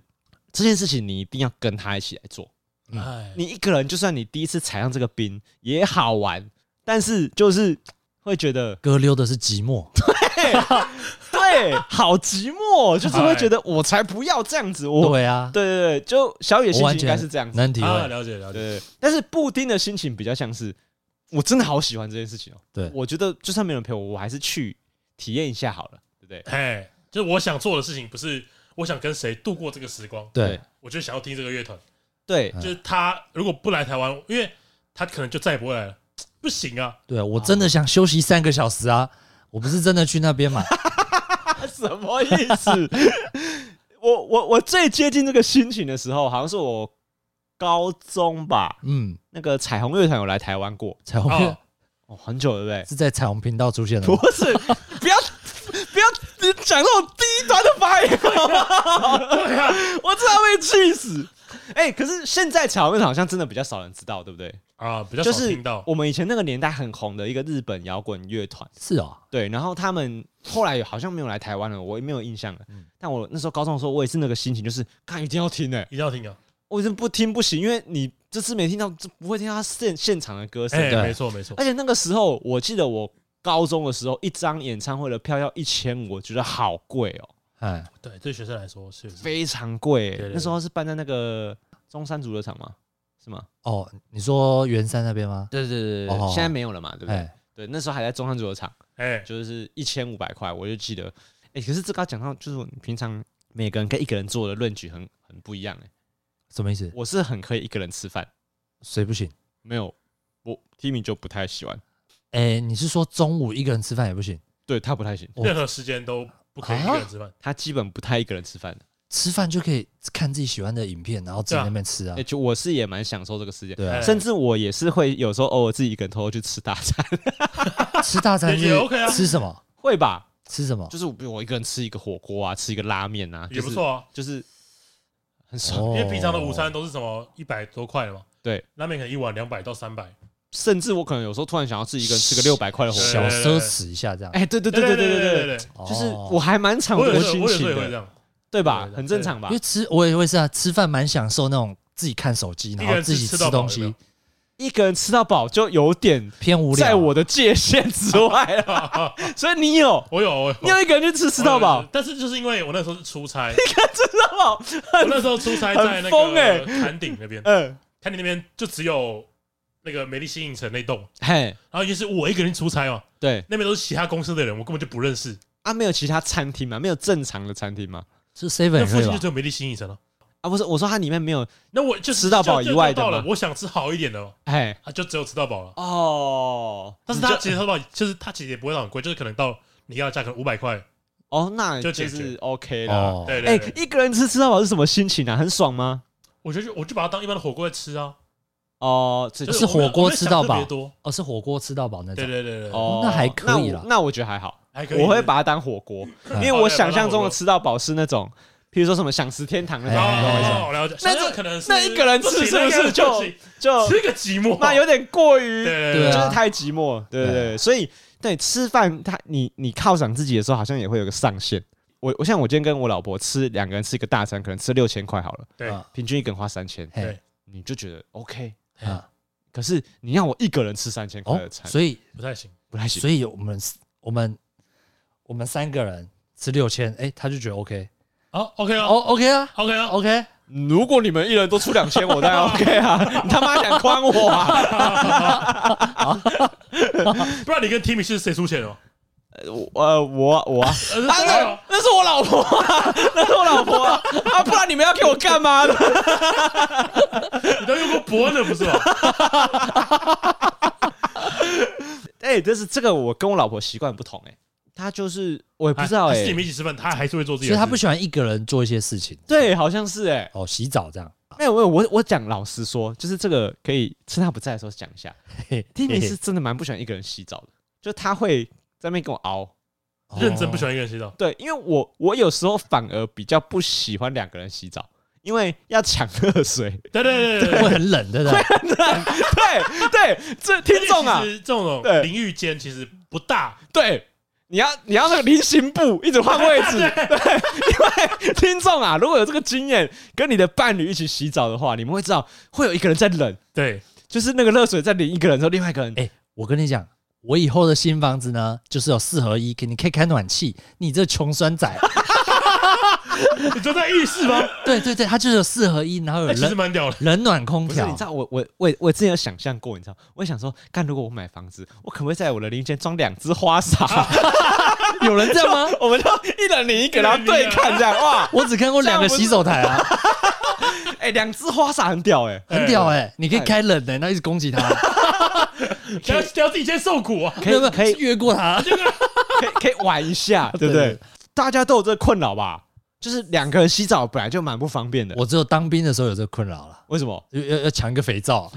S1: 这件事情，你一定要跟他一起来做。
S2: 哎，
S1: 你一个人，就算你第一次踩上这个冰也好玩，但是就是会觉得
S3: 哥溜的是寂寞，
S1: 对，好寂寞，就是会觉得我才不要这样子，我，
S3: 对啊，
S1: 对对对，就小野
S3: 我
S1: 心
S3: 完
S1: 情应该
S3: 全
S1: 是这样子，
S3: 能体
S2: 啊，
S3: 会。
S2: 了解了解，
S1: 对，但是布丁的心情比较像是，我真的好喜欢这件事情哦。
S3: 对
S1: 我觉得就算没有人陪我，我还是去体验一下好了，对不对？
S2: 哎，就是我想做的事情，不是我想跟谁度过这个时光，
S3: 对，
S2: 我就想要听这个乐团，
S1: 对
S3: 嗯
S2: 就是他如果不来台湾，因为他可能就再也不会来了，不行啊，
S3: 对我真的想休息三个小时啊！我不是真的去那 边嘛？
S1: 啊，什么意思？ 我我我最接近这个心情的时候，好像是我高中吧，
S3: 嗯，
S1: 那个彩虹乐团有来台湾过，
S3: 彩虹
S2: 哦
S1: 哦，很久了对不对？
S3: 是在彩虹频道出现的
S1: 不
S3: 吗，
S1: 是，不要 不要你讲这种低端的发言，好不好
S2: 啊
S1: 我真的会气死。哎、可是现在彩虹乐团好像真的比较少人知道，对不对？
S2: 啊，比较
S1: 就
S2: 少
S1: 是
S2: 听到，
S1: 我们以前那个年代很红的一个日本摇滚乐团，
S3: 是哦，
S1: 对，然后他们后来好像没有来台湾了，我也没有印象了。
S2: 嗯
S1: 但我那时候高中的时候，我也是那个心情，就是看一定要听哎、
S2: 一定要听啊，
S1: 我真不听不行，因为你这次没听到，就不会听到他现现场的歌声。
S2: 哎，
S3: 对
S2: 没错没错，
S1: 而且那个时候，我记得我高中的时候，一张演唱会的票要一千五，我觉得好贵哦，
S3: 哎，
S2: 对，对学生来说是
S1: 非常贵欸、
S2: 对对对
S1: 那时候是办在那个中山足球场吗？是吗？
S3: 哦，你说圆山那边吗？
S1: 对对对
S3: 对哦
S1: 现在没有了嘛，对不对？
S3: 哎，
S1: 对，那时候还在中山足球场，
S2: 哎，
S1: 就是一千五百块，我就记得。哎、可是这个要讲到，就是我平常每个人跟一个人做的论据很很不一样哎、
S3: 什么意思？
S1: 我是很可以一个人吃饭，
S3: 谁不行？
S1: 没有我 Timmy 就不太喜欢，
S3: 哎，你是说中午一个人吃饭也不行？
S1: 对他不太行，
S3: 我
S2: 任何时间都不
S1: 啊
S2: 可以一个人吃饭，
S1: 他基本不太一个人吃饭的。
S3: 吃饭就可以看自己喜欢的影片，然后自己在那边吃啊
S1: 哎、？就我是也蛮享受这个世界，
S3: 对啊
S2: 哎，
S1: 甚至我也是会有时候偶尔自己一个人偷偷去吃大餐，
S3: 吃大餐
S2: 也也
S3: 是
S2: OK 啊
S3: 吃什么？
S1: 会吧？
S3: 吃什么？
S1: 就是我比如我一个人吃一个火锅啊，吃一个拉面啊，
S2: 也不错啊。
S1: 就是，就是很爽。
S3: 因
S2: 因为平常的午餐都是什么一百多块的嘛，
S1: 对，
S2: 拉面可能一碗两百到三百，
S1: 甚至我可能有时候突然想要自己一个人吃个六百块的火
S2: 对
S3: 小
S1: 锅，
S3: 奢侈一下这样。
S1: 哎、对对对对对对
S2: 对对，
S3: 哦
S1: 就是我还蛮常有
S2: 我
S1: 这
S2: 有
S1: 个
S2: 时候
S1: 心
S2: 我有时
S1: 情
S2: 候也会这
S1: 的，
S2: 样，
S1: 对
S2: 我
S1: 吧
S2: 有？时候
S1: 很正常吧
S3: 因为？吃我也会是啊，吃饭蛮享受那种自己看手机，
S2: 个
S3: 然
S2: 人
S3: 后自己
S2: 吃吃
S3: 吃
S2: 到饱
S3: 东
S2: 有没
S3: 西
S2: 有，
S1: 一个人吃到饱就有点
S3: 偏无聊。啊
S1: 在我的界限之外了，所以你有，
S2: 我有，我有，
S1: 你有一个人去吃吃到
S2: 我
S1: 饱
S2: 有，，但是就是因为我那时候是出 差，
S1: 吃到饱，
S2: 我那时候出差在那
S1: 很疯欸
S2: 个坎顶那边，
S1: 嗯，
S2: 坎顶那边就只有那个美丽新影城那栋，
S1: 嘿，
S2: 然后也是我一个人出差哦，
S1: 对，
S2: 那边都是其他公司的人，我根本就不认识。
S1: 啊，没有其他餐厅吗？没有正常的餐厅吗？
S3: 是
S2: 那
S3: seven
S2: 附
S3: 会
S2: 近
S3: 吧
S2: 就只有美丽新影城了。
S1: 啊，不是，我说它里面没有，
S2: 那我就
S1: 吃到饱
S2: 就
S1: 以外
S2: 就到
S1: 的吗
S2: 了，我想吃好一点的哦，
S1: 哎，
S2: 啊，就只有吃到饱了。
S1: 哦，
S2: 但是
S1: 你
S2: 它
S1: 就
S2: 其实吃到饱，就是它其实也不会到很贵，就是可能到你要的价可能五百块。
S1: 哦，那
S2: 就
S1: 就
S2: 解决
S1: 是 OK 了。
S3: 哦，
S2: 对对
S1: 哎
S2: 对，，
S1: 一个人吃吃到饱是什么心情啊？很爽吗？
S2: 我觉得就我就把它当一般的火锅在吃啊，
S1: 哦，这
S2: 就
S3: 就是火锅
S2: 我没有
S3: 吃到饱
S2: 我没有想特别多。
S3: 哦是火锅吃到饱那
S2: 对
S3: 种，
S2: 对对对，对
S1: 哦，
S3: 那还可以
S1: 那
S3: 啦
S1: 我那我觉得还好，
S2: 还可以。
S1: 我会把它当火锅，因
S3: 嗯
S1: 为我想象中的吃到饱是那种，譬如说什么享食天堂那
S2: 哦
S1: 种，
S3: 哎
S1: 你懂我意思吗？
S2: 哦，了解。
S1: 那
S2: 想想
S1: 这
S2: 可能是
S1: 那一个人吃是不是就
S2: 行
S1: 就哦
S2: 吃个寂寞？
S1: 那有点过于，
S2: 对
S3: 对
S1: 就
S2: 对
S3: 啊
S1: 是太寂寞，对对
S3: 对
S1: 对，所以对吃饭，他你你犒赏自己的时候，好像也会有个上限。我我像我今天跟我老婆吃两个人吃一个大餐，可能吃六千块好了，
S2: 对
S3: 啊
S1: 平均一个人花三千，
S3: 嘿
S1: 你就觉得 OK。
S3: 啊
S1: 可是你让我一个人吃三千块
S3: 哦
S1: 的，餐，
S3: 所以
S2: 不太行。
S1: 不太行。
S3: 所以我们我们我们三个人吃六千，哎，他就觉得 OK，
S2: 好，OK 啊
S3: 哦 OK 啊
S2: OK 啊，
S3: OK，
S1: 如果你们一人都出两千，我 当然 OK 啊！你他妈想诓我啊？
S2: 不然你跟 Timmy 是谁出钱哦？
S1: 呃我 呃我我啊，
S2: 呃
S1: 啊
S2: 对哦
S1: 那那是我老婆啊， 那是我老婆啊！啊，不然你们要给我干嘛呢？
S2: 你都用过伯恩的不是吗？
S1: 哎、但是这个我跟我老婆习惯不同、哎，她就是我也不知道、
S2: 还
S1: 哎、
S2: 是你们一起吃饭，他还是会做自己
S3: 所
S2: 的
S3: 以
S2: 事。
S3: 他不喜欢一个人做一些事情，
S1: 对，好像是
S2: 啊
S1: 哎、
S3: 哦，洗澡这样，
S1: 没有，没有，我我讲老实说，就是这个可以趁她不在的时候讲一下。听你是真的蛮不喜欢一个人洗澡的，就她会在那边跟我熬。
S3: 哦
S2: 认真不喜欢一个人洗澡。
S1: 对，因为我我有时候反而比较不喜欢两个人洗澡，因为要抢热 水。
S2: 对对对对
S3: 欢，会
S2: 对。
S3: 很冷，对不对？
S1: 对对，这听众啊
S2: 而且，其实这种
S1: 对
S2: 淋浴间其实不大，
S1: 对，你要你要那个菱形步一直换位 置，对，因为听众啊，如果有这个经验，跟你的伴侣一起洗澡的话，你们会知道会有一个人在冷，
S2: 对，
S1: 就是那个热水在淋一个人之后，另外一个人
S3: 哎我跟你讲，我以后的新房子呢，就是有四合一，给你可以开暖气。你这穷酸仔，
S2: 你坐在浴室吗？
S3: 对对对，它就是有四合一，然后有
S2: 那哎其实
S3: 冷
S2: 蛮屌 的。
S3: 冷暖空
S1: 不是，你
S3: 调
S1: 知。道我我我我之前有想象过，你知道，我也想说，干如果我买房子，我可不可以在我的零间装两只花 洒？
S3: 有人这样吗？
S1: 我们就一人领一个，
S2: 一人领一个
S1: 然后对看这样， 哇，
S3: 我只看过两个洗手台啊，
S1: 哎，两只花洒很屌哎，
S3: 很屌哎、你可以开冷的、然后一直攻击他，
S2: 你要你要自己先受苦啊！
S1: 可以可以
S3: 越过他。
S1: 可以可以玩一下，对不
S3: 对
S1: 对？大家都有这个困扰吧？就是两个人洗澡本来就蛮不方便的，
S3: 我只有当兵的时候有这个困扰了，
S1: 为什么？
S3: 要要要抢一个肥皂，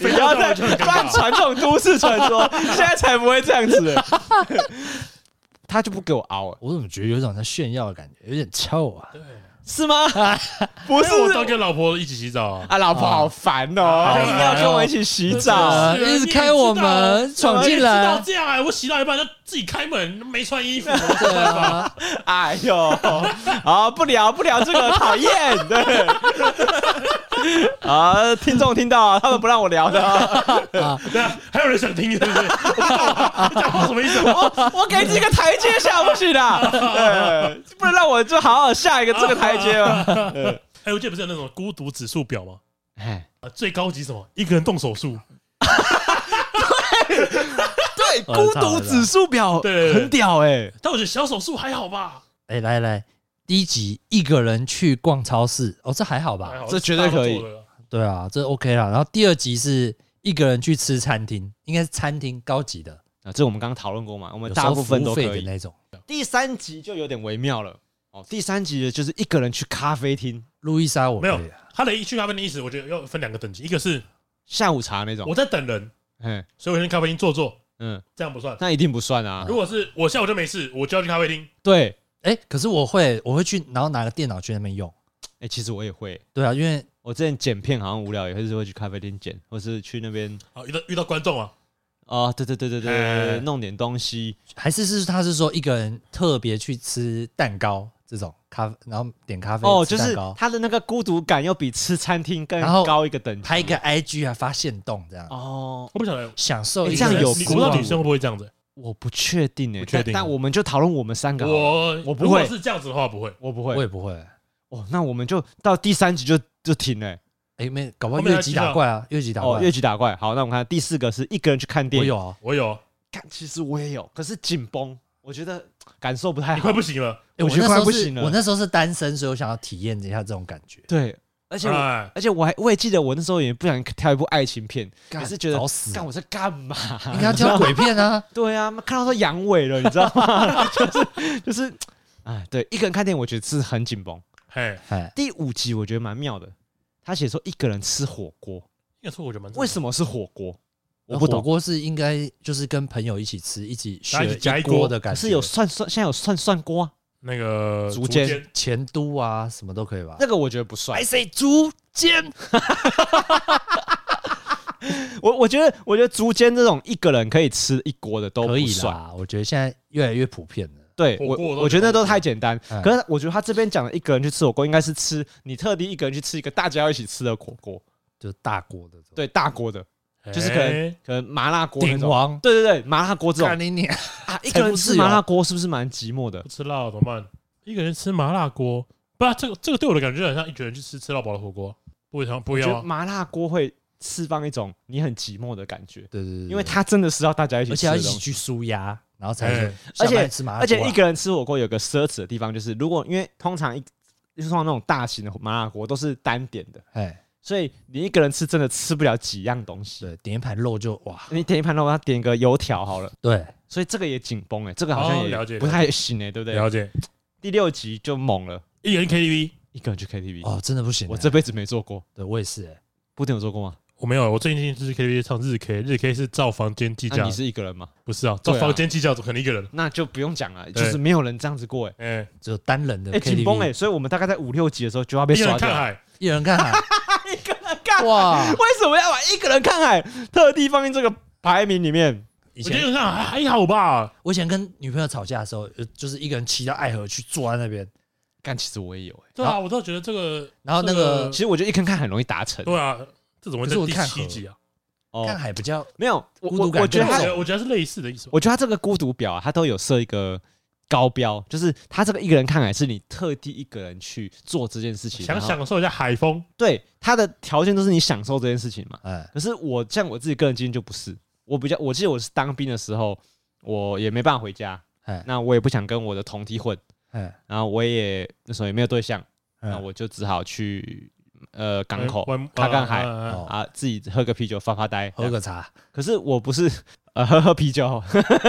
S1: 不要再
S2: 啊
S1: 乱传这种都市传说，现在才不会这样子的。他就不给我熬了，
S3: 我怎么觉得有一种在炫耀的感觉，有点臭啊。
S1: 是 吗？不
S2: 因为哎我
S1: 是
S2: 都跟老婆一起洗澡啊。
S1: 啊，老婆好烦
S2: 啊
S1: 哦，
S2: 好
S1: 硬要
S3: 烦哦
S1: 跟我一起洗澡。
S3: 啊
S2: 是啊
S3: 一直开我门
S2: 你也知道
S3: 闯进来
S2: 你也知道这样哎，我洗到一半就自己开门，没穿 衣服，我
S3: 对 啊，
S1: 哎呦，好不聊不聊这个，讨厌。对，啊，听众听到啊，他们不让我聊的啊，
S2: 对啊，还有人想听是不是？我不懂啊你讲话什么 意思啊？
S1: 我我给这个台阶下不去的，对，不能让我就好好下一个这个台阶吗？对
S2: 哎，我记得不是有那种孤独指数表吗？
S1: 哎，
S2: 啊，最高级什么？一个人动手术。
S1: 对，孤独指数表
S2: 对对对
S1: 哦很屌哎，
S2: 但我觉得小手术还好吧，
S3: 哎、来来，第一集一个人去逛超市，哦，这还好吧？
S2: 还好
S1: 这绝对啊可以
S2: 哎大家都做了啦
S3: 对啊，这 OK 啦。然后第二集是一个人去吃餐厅，应该是餐厅高级的，
S1: 啊，这我们刚刚讨论过嘛，我们
S3: 有
S1: 大
S3: 收
S1: 部分
S3: 服
S1: 都
S3: 务
S1: 可
S3: 费的
S1: 以。
S3: 那种。
S1: 第三集就有点微妙了哦，第三集的就是一个人去咖啡厅
S3: 路易莎我
S2: 没
S3: 可
S2: 有
S3: 以啊，
S2: 他的一去咖啡厅的意思，我觉得要分两个等级，一个是
S1: 下午茶那种，
S2: 我在等人，
S1: 嗯
S2: 所以我先去咖啡厅坐坐，
S1: 嗯，
S2: 这样不算。
S1: 那一定不算啊
S2: 如。果是我下午就没事，我就要去咖啡厅，
S1: 对，
S3: 哎、可是我会，我会去，然后拿个电脑去那边用。
S1: 哎，其实我也会，
S3: 对啊，因为
S1: 我之前剪片好像无聊，也会是会去咖啡厅剪，或是去那边
S2: 啊，遇到遇到观众啊，
S1: 啊，对对对对对
S2: 哎
S1: 对，弄点东西。
S3: 还是是他是说一个人特别去吃蛋糕，这种咖，然后点咖啡
S1: 哦，
S3: 吃
S1: 就
S3: 蛋
S1: 是
S3: 糕
S1: 他的那个孤独感又比吃餐厅更
S3: 然后
S1: 高一个等级。
S3: 拍一个 IG 还发现动这样，
S1: 哦，
S2: 我不晓得，
S3: 享受
S1: 欸
S3: 一
S1: 这样
S3: 个
S1: 有
S2: 你
S3: 时
S2: 我不知道
S3: 光
S2: 女生会不会这样子。
S1: 我不确定诶，
S2: 不确定
S1: 但但我们就讨论我们三个好了。
S2: 我
S1: 我不
S2: 如果
S1: 会
S2: 是这样子的话，不会。
S1: 我不
S3: 我
S1: 会
S3: 也不会。
S1: 哦，那我们就到第三集就就停了。
S3: 哎，没，搞不好
S2: 后面
S3: 越
S2: 还
S3: 级
S2: 记得
S3: 打怪啊，越级打
S1: 哦，
S3: 怪
S1: 越，级打怪。好，那我们看第四个是一个人去看电
S3: 我
S1: 影。
S3: 有啊，
S2: 我有，
S1: 看，其实我也有，可是紧绷，我觉得感受不太
S2: 你
S1: 好
S2: 快。不行了。
S3: 哎，我
S1: 我觉得
S3: 那时
S1: 快
S3: 候
S1: 不
S3: 是
S1: 行，了
S3: 我那时候是单身，所以我想要体验一下这种感觉。
S1: 对，而且
S3: 啊
S1: 我
S2: 哎，
S1: 而且我还我也记得我那时候也不想挑一部爱情片，
S3: 干
S1: 也是觉得
S3: 找死啊
S1: 干我在干嘛？
S3: 应该要挑鬼片啊，
S1: 对啊，看到都阳痿了，你知道吗？ 就是就是，哎，对，一个人看电影我觉得是很紧绷。
S2: 嘿，
S3: 哎，
S1: 第五集我觉得蛮妙的，他写说一个人吃火锅，
S2: 那错我觉得蛮
S1: 为什
S2: 么？
S1: 么是火锅？我
S3: 那
S1: 不
S3: 火
S1: 懂，
S3: 锅是应该就是跟朋友一起吃，一起
S2: 大家一起夹
S3: 一
S2: 一锅
S3: 锅的感
S1: 可
S3: 觉，
S1: 是有涮涮，现在有涮涮锅啊，
S2: 那个
S1: 竹
S2: 间
S1: 间
S3: 前都啊，什么都可以吧？
S1: 那个我觉得不算。
S3: 谁竹间？
S1: 我我觉得我觉得竹间这种一个人可以吃一锅的都不
S3: 可以
S1: 算。
S3: 啦，我觉得现在越来越普遍了。
S1: 对
S2: 火
S1: 我
S2: 锅我都
S1: 我觉得
S2: 觉得
S1: 那都
S2: OK
S1: 太简单。
S3: 嗯
S1: 可是我觉得他这边讲的一个人去吃火锅，应该是吃你特地一个人去吃一个大家要一起吃的火锅，
S3: 就是大锅的这种，
S1: 对大锅的，就是可
S2: 哎
S1: 能可能麻辣锅那
S3: 鼎
S1: 种。
S3: 王
S1: 对对对，麻辣锅这种
S3: 干你娘！
S1: 啊，一
S3: 财
S1: 个
S3: 富
S1: 人
S3: 自
S1: 吃
S3: 由
S1: 麻辣锅是不是蛮寂寞的
S2: 不？吃辣怎么办？一个人吃麻辣锅，不啊，这个这个对我的感觉很像一个人去吃吃到饱的火锅，不一样不
S1: 我
S2: 一
S1: 觉
S2: 样
S1: 得嗯
S2: 啊。
S1: 麻辣锅会释放一种你很寂寞的感觉，
S3: 对对对，对
S1: 因为它真的是要大家一起
S3: 而
S1: 吃
S3: 且要
S1: 的
S3: 一
S1: 东
S3: 起
S1: 西。
S3: 去舒压，然后才
S2: 哎
S3: 而
S1: 而且
S3: 且吃麻辣
S1: 而且
S3: 锅啊
S1: 一个人吃火锅有个奢侈的地方，就是如果因为通常一就是通常那种大型的麻辣锅都是单点的，
S3: 哎，
S1: 所以你一个人吃真的吃不了几样东西。
S3: 对，点一盘肉就哇，
S1: 你点一盘肉，他点个油条好了，
S3: 对，
S1: 所以这个也紧绷哎，这个好
S2: 哦
S1: 像
S2: 了解
S1: 也不太行哎、对不对？
S2: 了解，
S1: 第六集就猛了，
S2: 一个人 KTV
S1: 一个人去 KTV，、
S3: 哦，真的不行
S1: 嗯
S3: 欸，
S1: 我这辈子没做过，
S3: 对我也是欸，
S1: 布丁有做过吗？
S2: 我没有，我最近去 KTV 唱日 K，日 K 是照房间计
S1: 那
S2: 价
S1: 你，是一个人吗？
S2: 不是啊，照
S1: 对啊
S2: 房间计价怎么可能一个人？
S1: 那就不用讲了，就
S2: 对
S1: 是没有人这样子过哎、
S2: 哎，
S3: 只有单人的
S1: 哎，紧绷哎，
S3: KTV，
S1: 所以我们大概在五六集的时候就要被
S2: 一个人
S1: 刷掉
S2: 看。海，
S3: 一人看啊 海，
S1: 一个人看海
S3: 哇
S1: 为什么要把一个人看海特地放进这个排名里面？
S3: 以
S2: 我觉得一
S3: 前
S2: 个人看海还好吧？
S3: 我以前跟女朋友吵架的时候，呃就是一个人骑到爱河去坐在那边，
S1: 但其实我也有哎、
S2: 对啊，我都觉得这个，
S3: 然后那个
S2: 这
S1: 其实我觉得一个人看海很容易达成。
S2: 呃对啊，这怎么会在
S3: 可是我
S2: 第
S3: 看
S2: 七
S3: 河
S2: 集啊？
S1: 哦
S3: 看海比较
S1: 没有，我
S3: 孤
S1: 我
S3: 独感
S1: 我觉得
S2: 我
S1: 他
S2: 觉得我觉得是类似的意思吧。
S1: 我觉得他这个孤独表啊，他都有设一个高标，就是他这个一个人看来是你特地一个人去做这件事情，
S2: 想
S1: 然后
S2: 享受一下海风，
S1: 对他的条件都是你享受这件事情嘛。
S3: 哎，
S1: 可是我像我自己个人经验就不是，我比较我记得我是当兵的时候，我也没办法回家
S3: 哎，
S1: 那我也不想跟我的同梯混，
S3: 哎，
S1: 然后我也那时候也没有对象，
S3: 嗯
S1: 那我就只好去呃港口
S2: 嗯玩
S1: 看看海
S2: 啊啊啊啊
S3: 哦
S1: 啊，自己喝个啤酒发发呆。
S3: 喝个茶，
S1: 可是我不是 呃喝喝啤酒，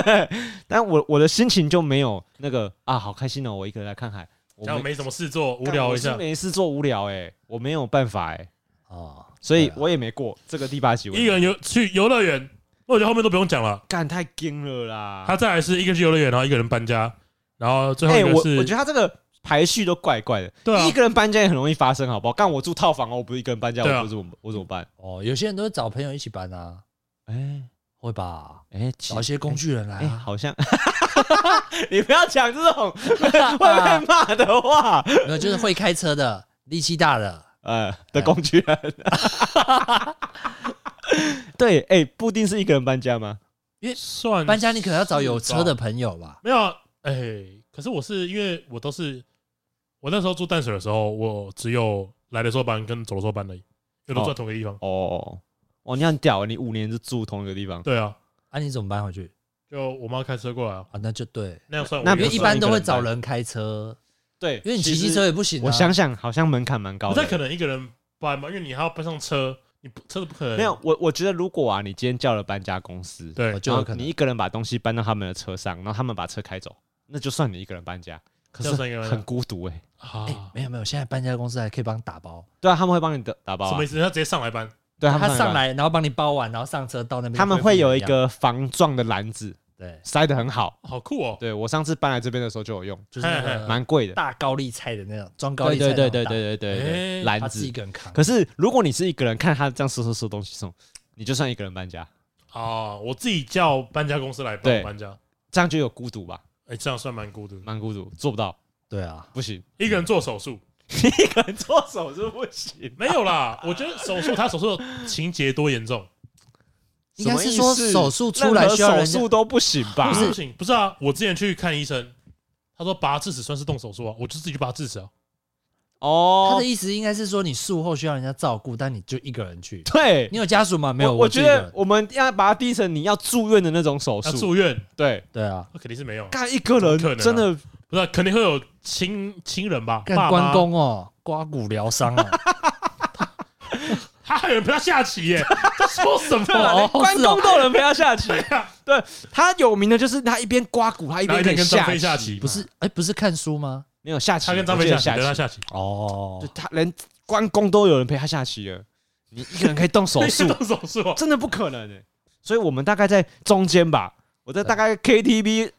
S1: 但我我的心情就没有那个啊，好开心哦，我一个人来看海，我
S2: 这样
S1: 没
S2: 没什么事做，无
S1: 干
S2: 聊
S1: 我
S2: 一
S1: 是
S2: 下。
S1: 没事做无聊哎、我没有办法哎、
S3: 哦，
S1: 所以
S3: 对啊
S1: 我也没过这个第八集，我也
S2: 一个
S1: 没
S2: 人游去游乐园，我觉得后面都不用讲了。
S1: 干太惊了啦。
S2: 他再来是一个去游乐园，然后一个人搬家，然后最后
S1: 哎、
S2: 一
S1: 我
S2: 个
S1: 我觉
S2: 是
S1: 得他这个排序都怪怪的，
S2: 对啊
S1: 一个人搬家也很容易发生，好不好？干我住套房哦，我不是一个人搬家，
S2: 对啊
S1: 我怎么我怎么办？
S3: 哦，有些人都会找朋友一起搬啊，
S1: 哎、
S3: 会吧？
S1: 哎、其
S3: 找一些工具人来
S1: 哎、
S3: 啊，
S1: 好像， 你不要讲这 种会被骂的话，
S3: 没有就是会开车 的，力气大的，
S1: 呃，的工具人。 对，哎、布丁是一个人搬家吗？
S2: 算
S3: 搬家你可能要找有车的
S2: 吧，
S3: 朋友吧。
S2: 没有啊。哎、可是我是因为我都是我那时候住淡水的时候，我只有来的时候搬跟走的时候搬而已，因为都
S1: 哦
S2: 在同一个地方。
S1: 哦，哦，你很屌，你五年是住同一个地方，
S2: 对啊，
S3: 啊，你怎么搬回去
S2: 就我妈开车过来啊，
S3: 啊？那就对，
S2: 那样算我
S1: 那
S2: 一
S3: 因
S2: 个
S3: 为
S2: 人
S3: 一
S2: 搬
S3: 般都会找人开车，
S1: 对，
S3: 因为你
S1: 其
S3: 骑
S1: 实
S3: 机车也不行啊。
S1: 我想想，好像门槛蛮高
S2: 不
S1: 的。
S2: 太可能一个人搬嘛，因为你还要搬上车，你不车子不可能
S1: 没有，我我觉得如果啊，你今天叫了搬家公司，
S2: 对
S3: 我，就
S1: 然后
S3: 有可
S1: 你
S3: 能
S1: 一个人把东西搬到他们的车上，然后他们把车开走，那就算你一个人搬家，可
S2: 这样算一个
S1: 是
S2: 人
S1: 很孤独哎、
S2: 啊
S3: 哎，没有没有，现在搬家公司还可以帮你打包，
S1: 对啊，他们会帮你打打包、
S2: 什
S1: 啊
S2: 么意，思？他直接上来搬，
S1: 对，啊
S3: 他
S1: 们
S3: 上
S1: 上，
S3: 来然后帮你包完，然后上车到那边
S1: 他们
S3: 会
S1: 会
S3: 不
S1: 有一
S3: 样
S1: 个防撞的篮子，
S3: 对，
S1: 塞得很好。
S2: 好酷哦！
S1: 对我上次搬来这边的时候就有用，
S3: 就是那
S2: 嘿嘿
S3: 个
S1: 蛮贵的。
S3: 大高丽菜的那种装高
S1: 对
S3: 丽菜
S1: 对
S3: 那种
S1: 对
S3: 大，
S1: 对对对对对，
S2: 哎
S1: 篮
S3: 他自己
S1: 子
S3: 一。个人扛。
S1: 可是如果你是一个人看他这样收收收东西送， 你就算一个人搬家，
S2: 啊，我自己叫搬家公司来帮
S1: 对
S2: 我搬家，
S1: 这样就有孤独吧？
S2: 哎、这样算蛮孤独。
S1: 蛮孤独，做不到。
S3: 对啊，
S1: 不行，
S2: 一个人做手术
S1: 一个人做手术不行。
S2: 没 有啦。我觉得手术他手术的情节多严重，
S3: 应该是说手术出来需要
S1: 任何
S3: 人
S1: 手
S3: 家
S1: 术都不行吧
S2: 不？是不行，不是啊。我之前去看医生，他说拔智齿算是动手术啊，我就自己去拔智齿啊。
S1: 哦，
S3: 他的意思应该是说你术后需要人家照顾，但你就一个人去。
S1: 对
S3: 你，有家属吗？没有，
S1: 我
S3: 我
S1: 我觉
S3: 就一个
S1: 得
S3: 人。
S1: 我们要把它定义成你要住院的那种手
S2: 他
S1: 术。
S2: 住院，
S1: 对，
S3: 对啊，
S2: 那肯定是没有啊，
S1: 干一个人
S2: 怎么可能啊
S1: 真 的
S2: 不是啊肯定会有亲亲人吧？
S3: 干
S2: 爸妈
S3: 关，公哦，刮骨疗 伤哦。
S2: 他还有人陪他下棋耶？他说什
S1: 对啊，
S2: 么？
S3: 哦
S1: 连关
S3: 是哦
S1: 公都能陪他下棋。
S2: 啊
S1: 对他有名的就是他一边刮骨， 他一
S2: 然
S1: 边
S2: 后
S1: 可
S2: 一天
S1: 以
S2: 跟张飞
S1: 下
S2: 下
S1: 棋，
S2: 棋，
S3: 不是，哎，不是看书吗？
S1: 没有下棋，
S2: 他跟张飞
S1: 我记
S2: 下
S1: 得
S2: 棋，陪他
S1: 下棋，
S2: 下棋，
S3: 哦
S1: 就，他连关公都有人陪他下棋了，你一个人可以动手术，
S2: 动手术啊，
S1: 真的不可能欸所以我们大概在中间吧，我在大概 KTV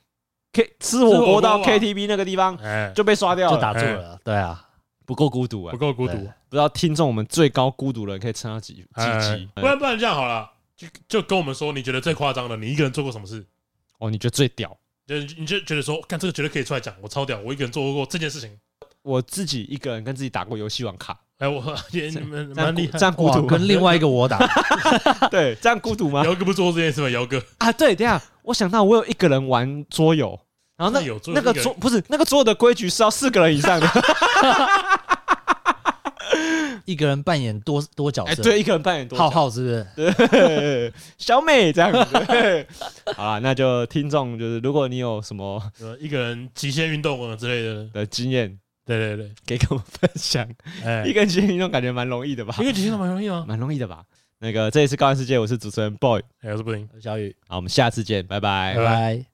S1: K 吃火锅到
S2: 吃火锅吧
S1: KTV 那个地方
S2: 哎，
S1: 就被刷掉
S3: 就
S1: 了，
S3: 打住了。对啊，
S1: 不够孤独哎、
S2: 不够孤独
S3: 对，
S1: 不知道听众我们最高孤独的人可以撑到几几
S2: 哎
S1: 级？
S2: 不然不然这样好了，就就跟我们说，你觉得最夸张的，你一个人做过什么事？
S1: 哦，你觉得最屌？
S2: 就你就觉得说，干这个绝对可以出来讲，我超屌，我一个人做过这件事情。
S1: 我自己一个人跟自己打过游戏王卡，
S2: 哎，我 也你们
S1: 这样
S2: 蛮
S1: 孤
S2: 厉害
S1: 这。样孤
S3: 哇，
S1: 独吗
S3: 跟另外一个我打，
S1: 对，这样孤独吗？
S2: 姚哥不做过这件事吗？姚哥，
S1: 啊，对，等一下我想到我有一个人玩桌游，然后那
S2: 那有桌
S1: 那
S2: 游
S1: 个
S2: 一个人
S1: 桌不是那个桌游的规矩是要四个人以上的，
S3: 一个人扮演多多角
S1: 哎，
S3: 色，
S1: 对，一个人扮演多少
S3: 浩浩是不是？
S1: 对，小美这样 子。对好啦，那就听众就是，如果你有什么
S2: 呃一个人极限运动啊之类的，
S1: 的经验，
S2: 对对对，
S1: 可以跟我们分享。
S2: 哎，
S1: 一
S2: 一
S1: 个人极限运动感觉蛮容易的吧？
S2: 个极限运动蛮容易吗？
S1: 蛮容易的吧？那个这一次高玩世界，我是主持人 boy，
S2: 哎，我是不行。
S3: 小雨，
S1: 哎好，我们下次见，拜拜
S3: 拜。拜。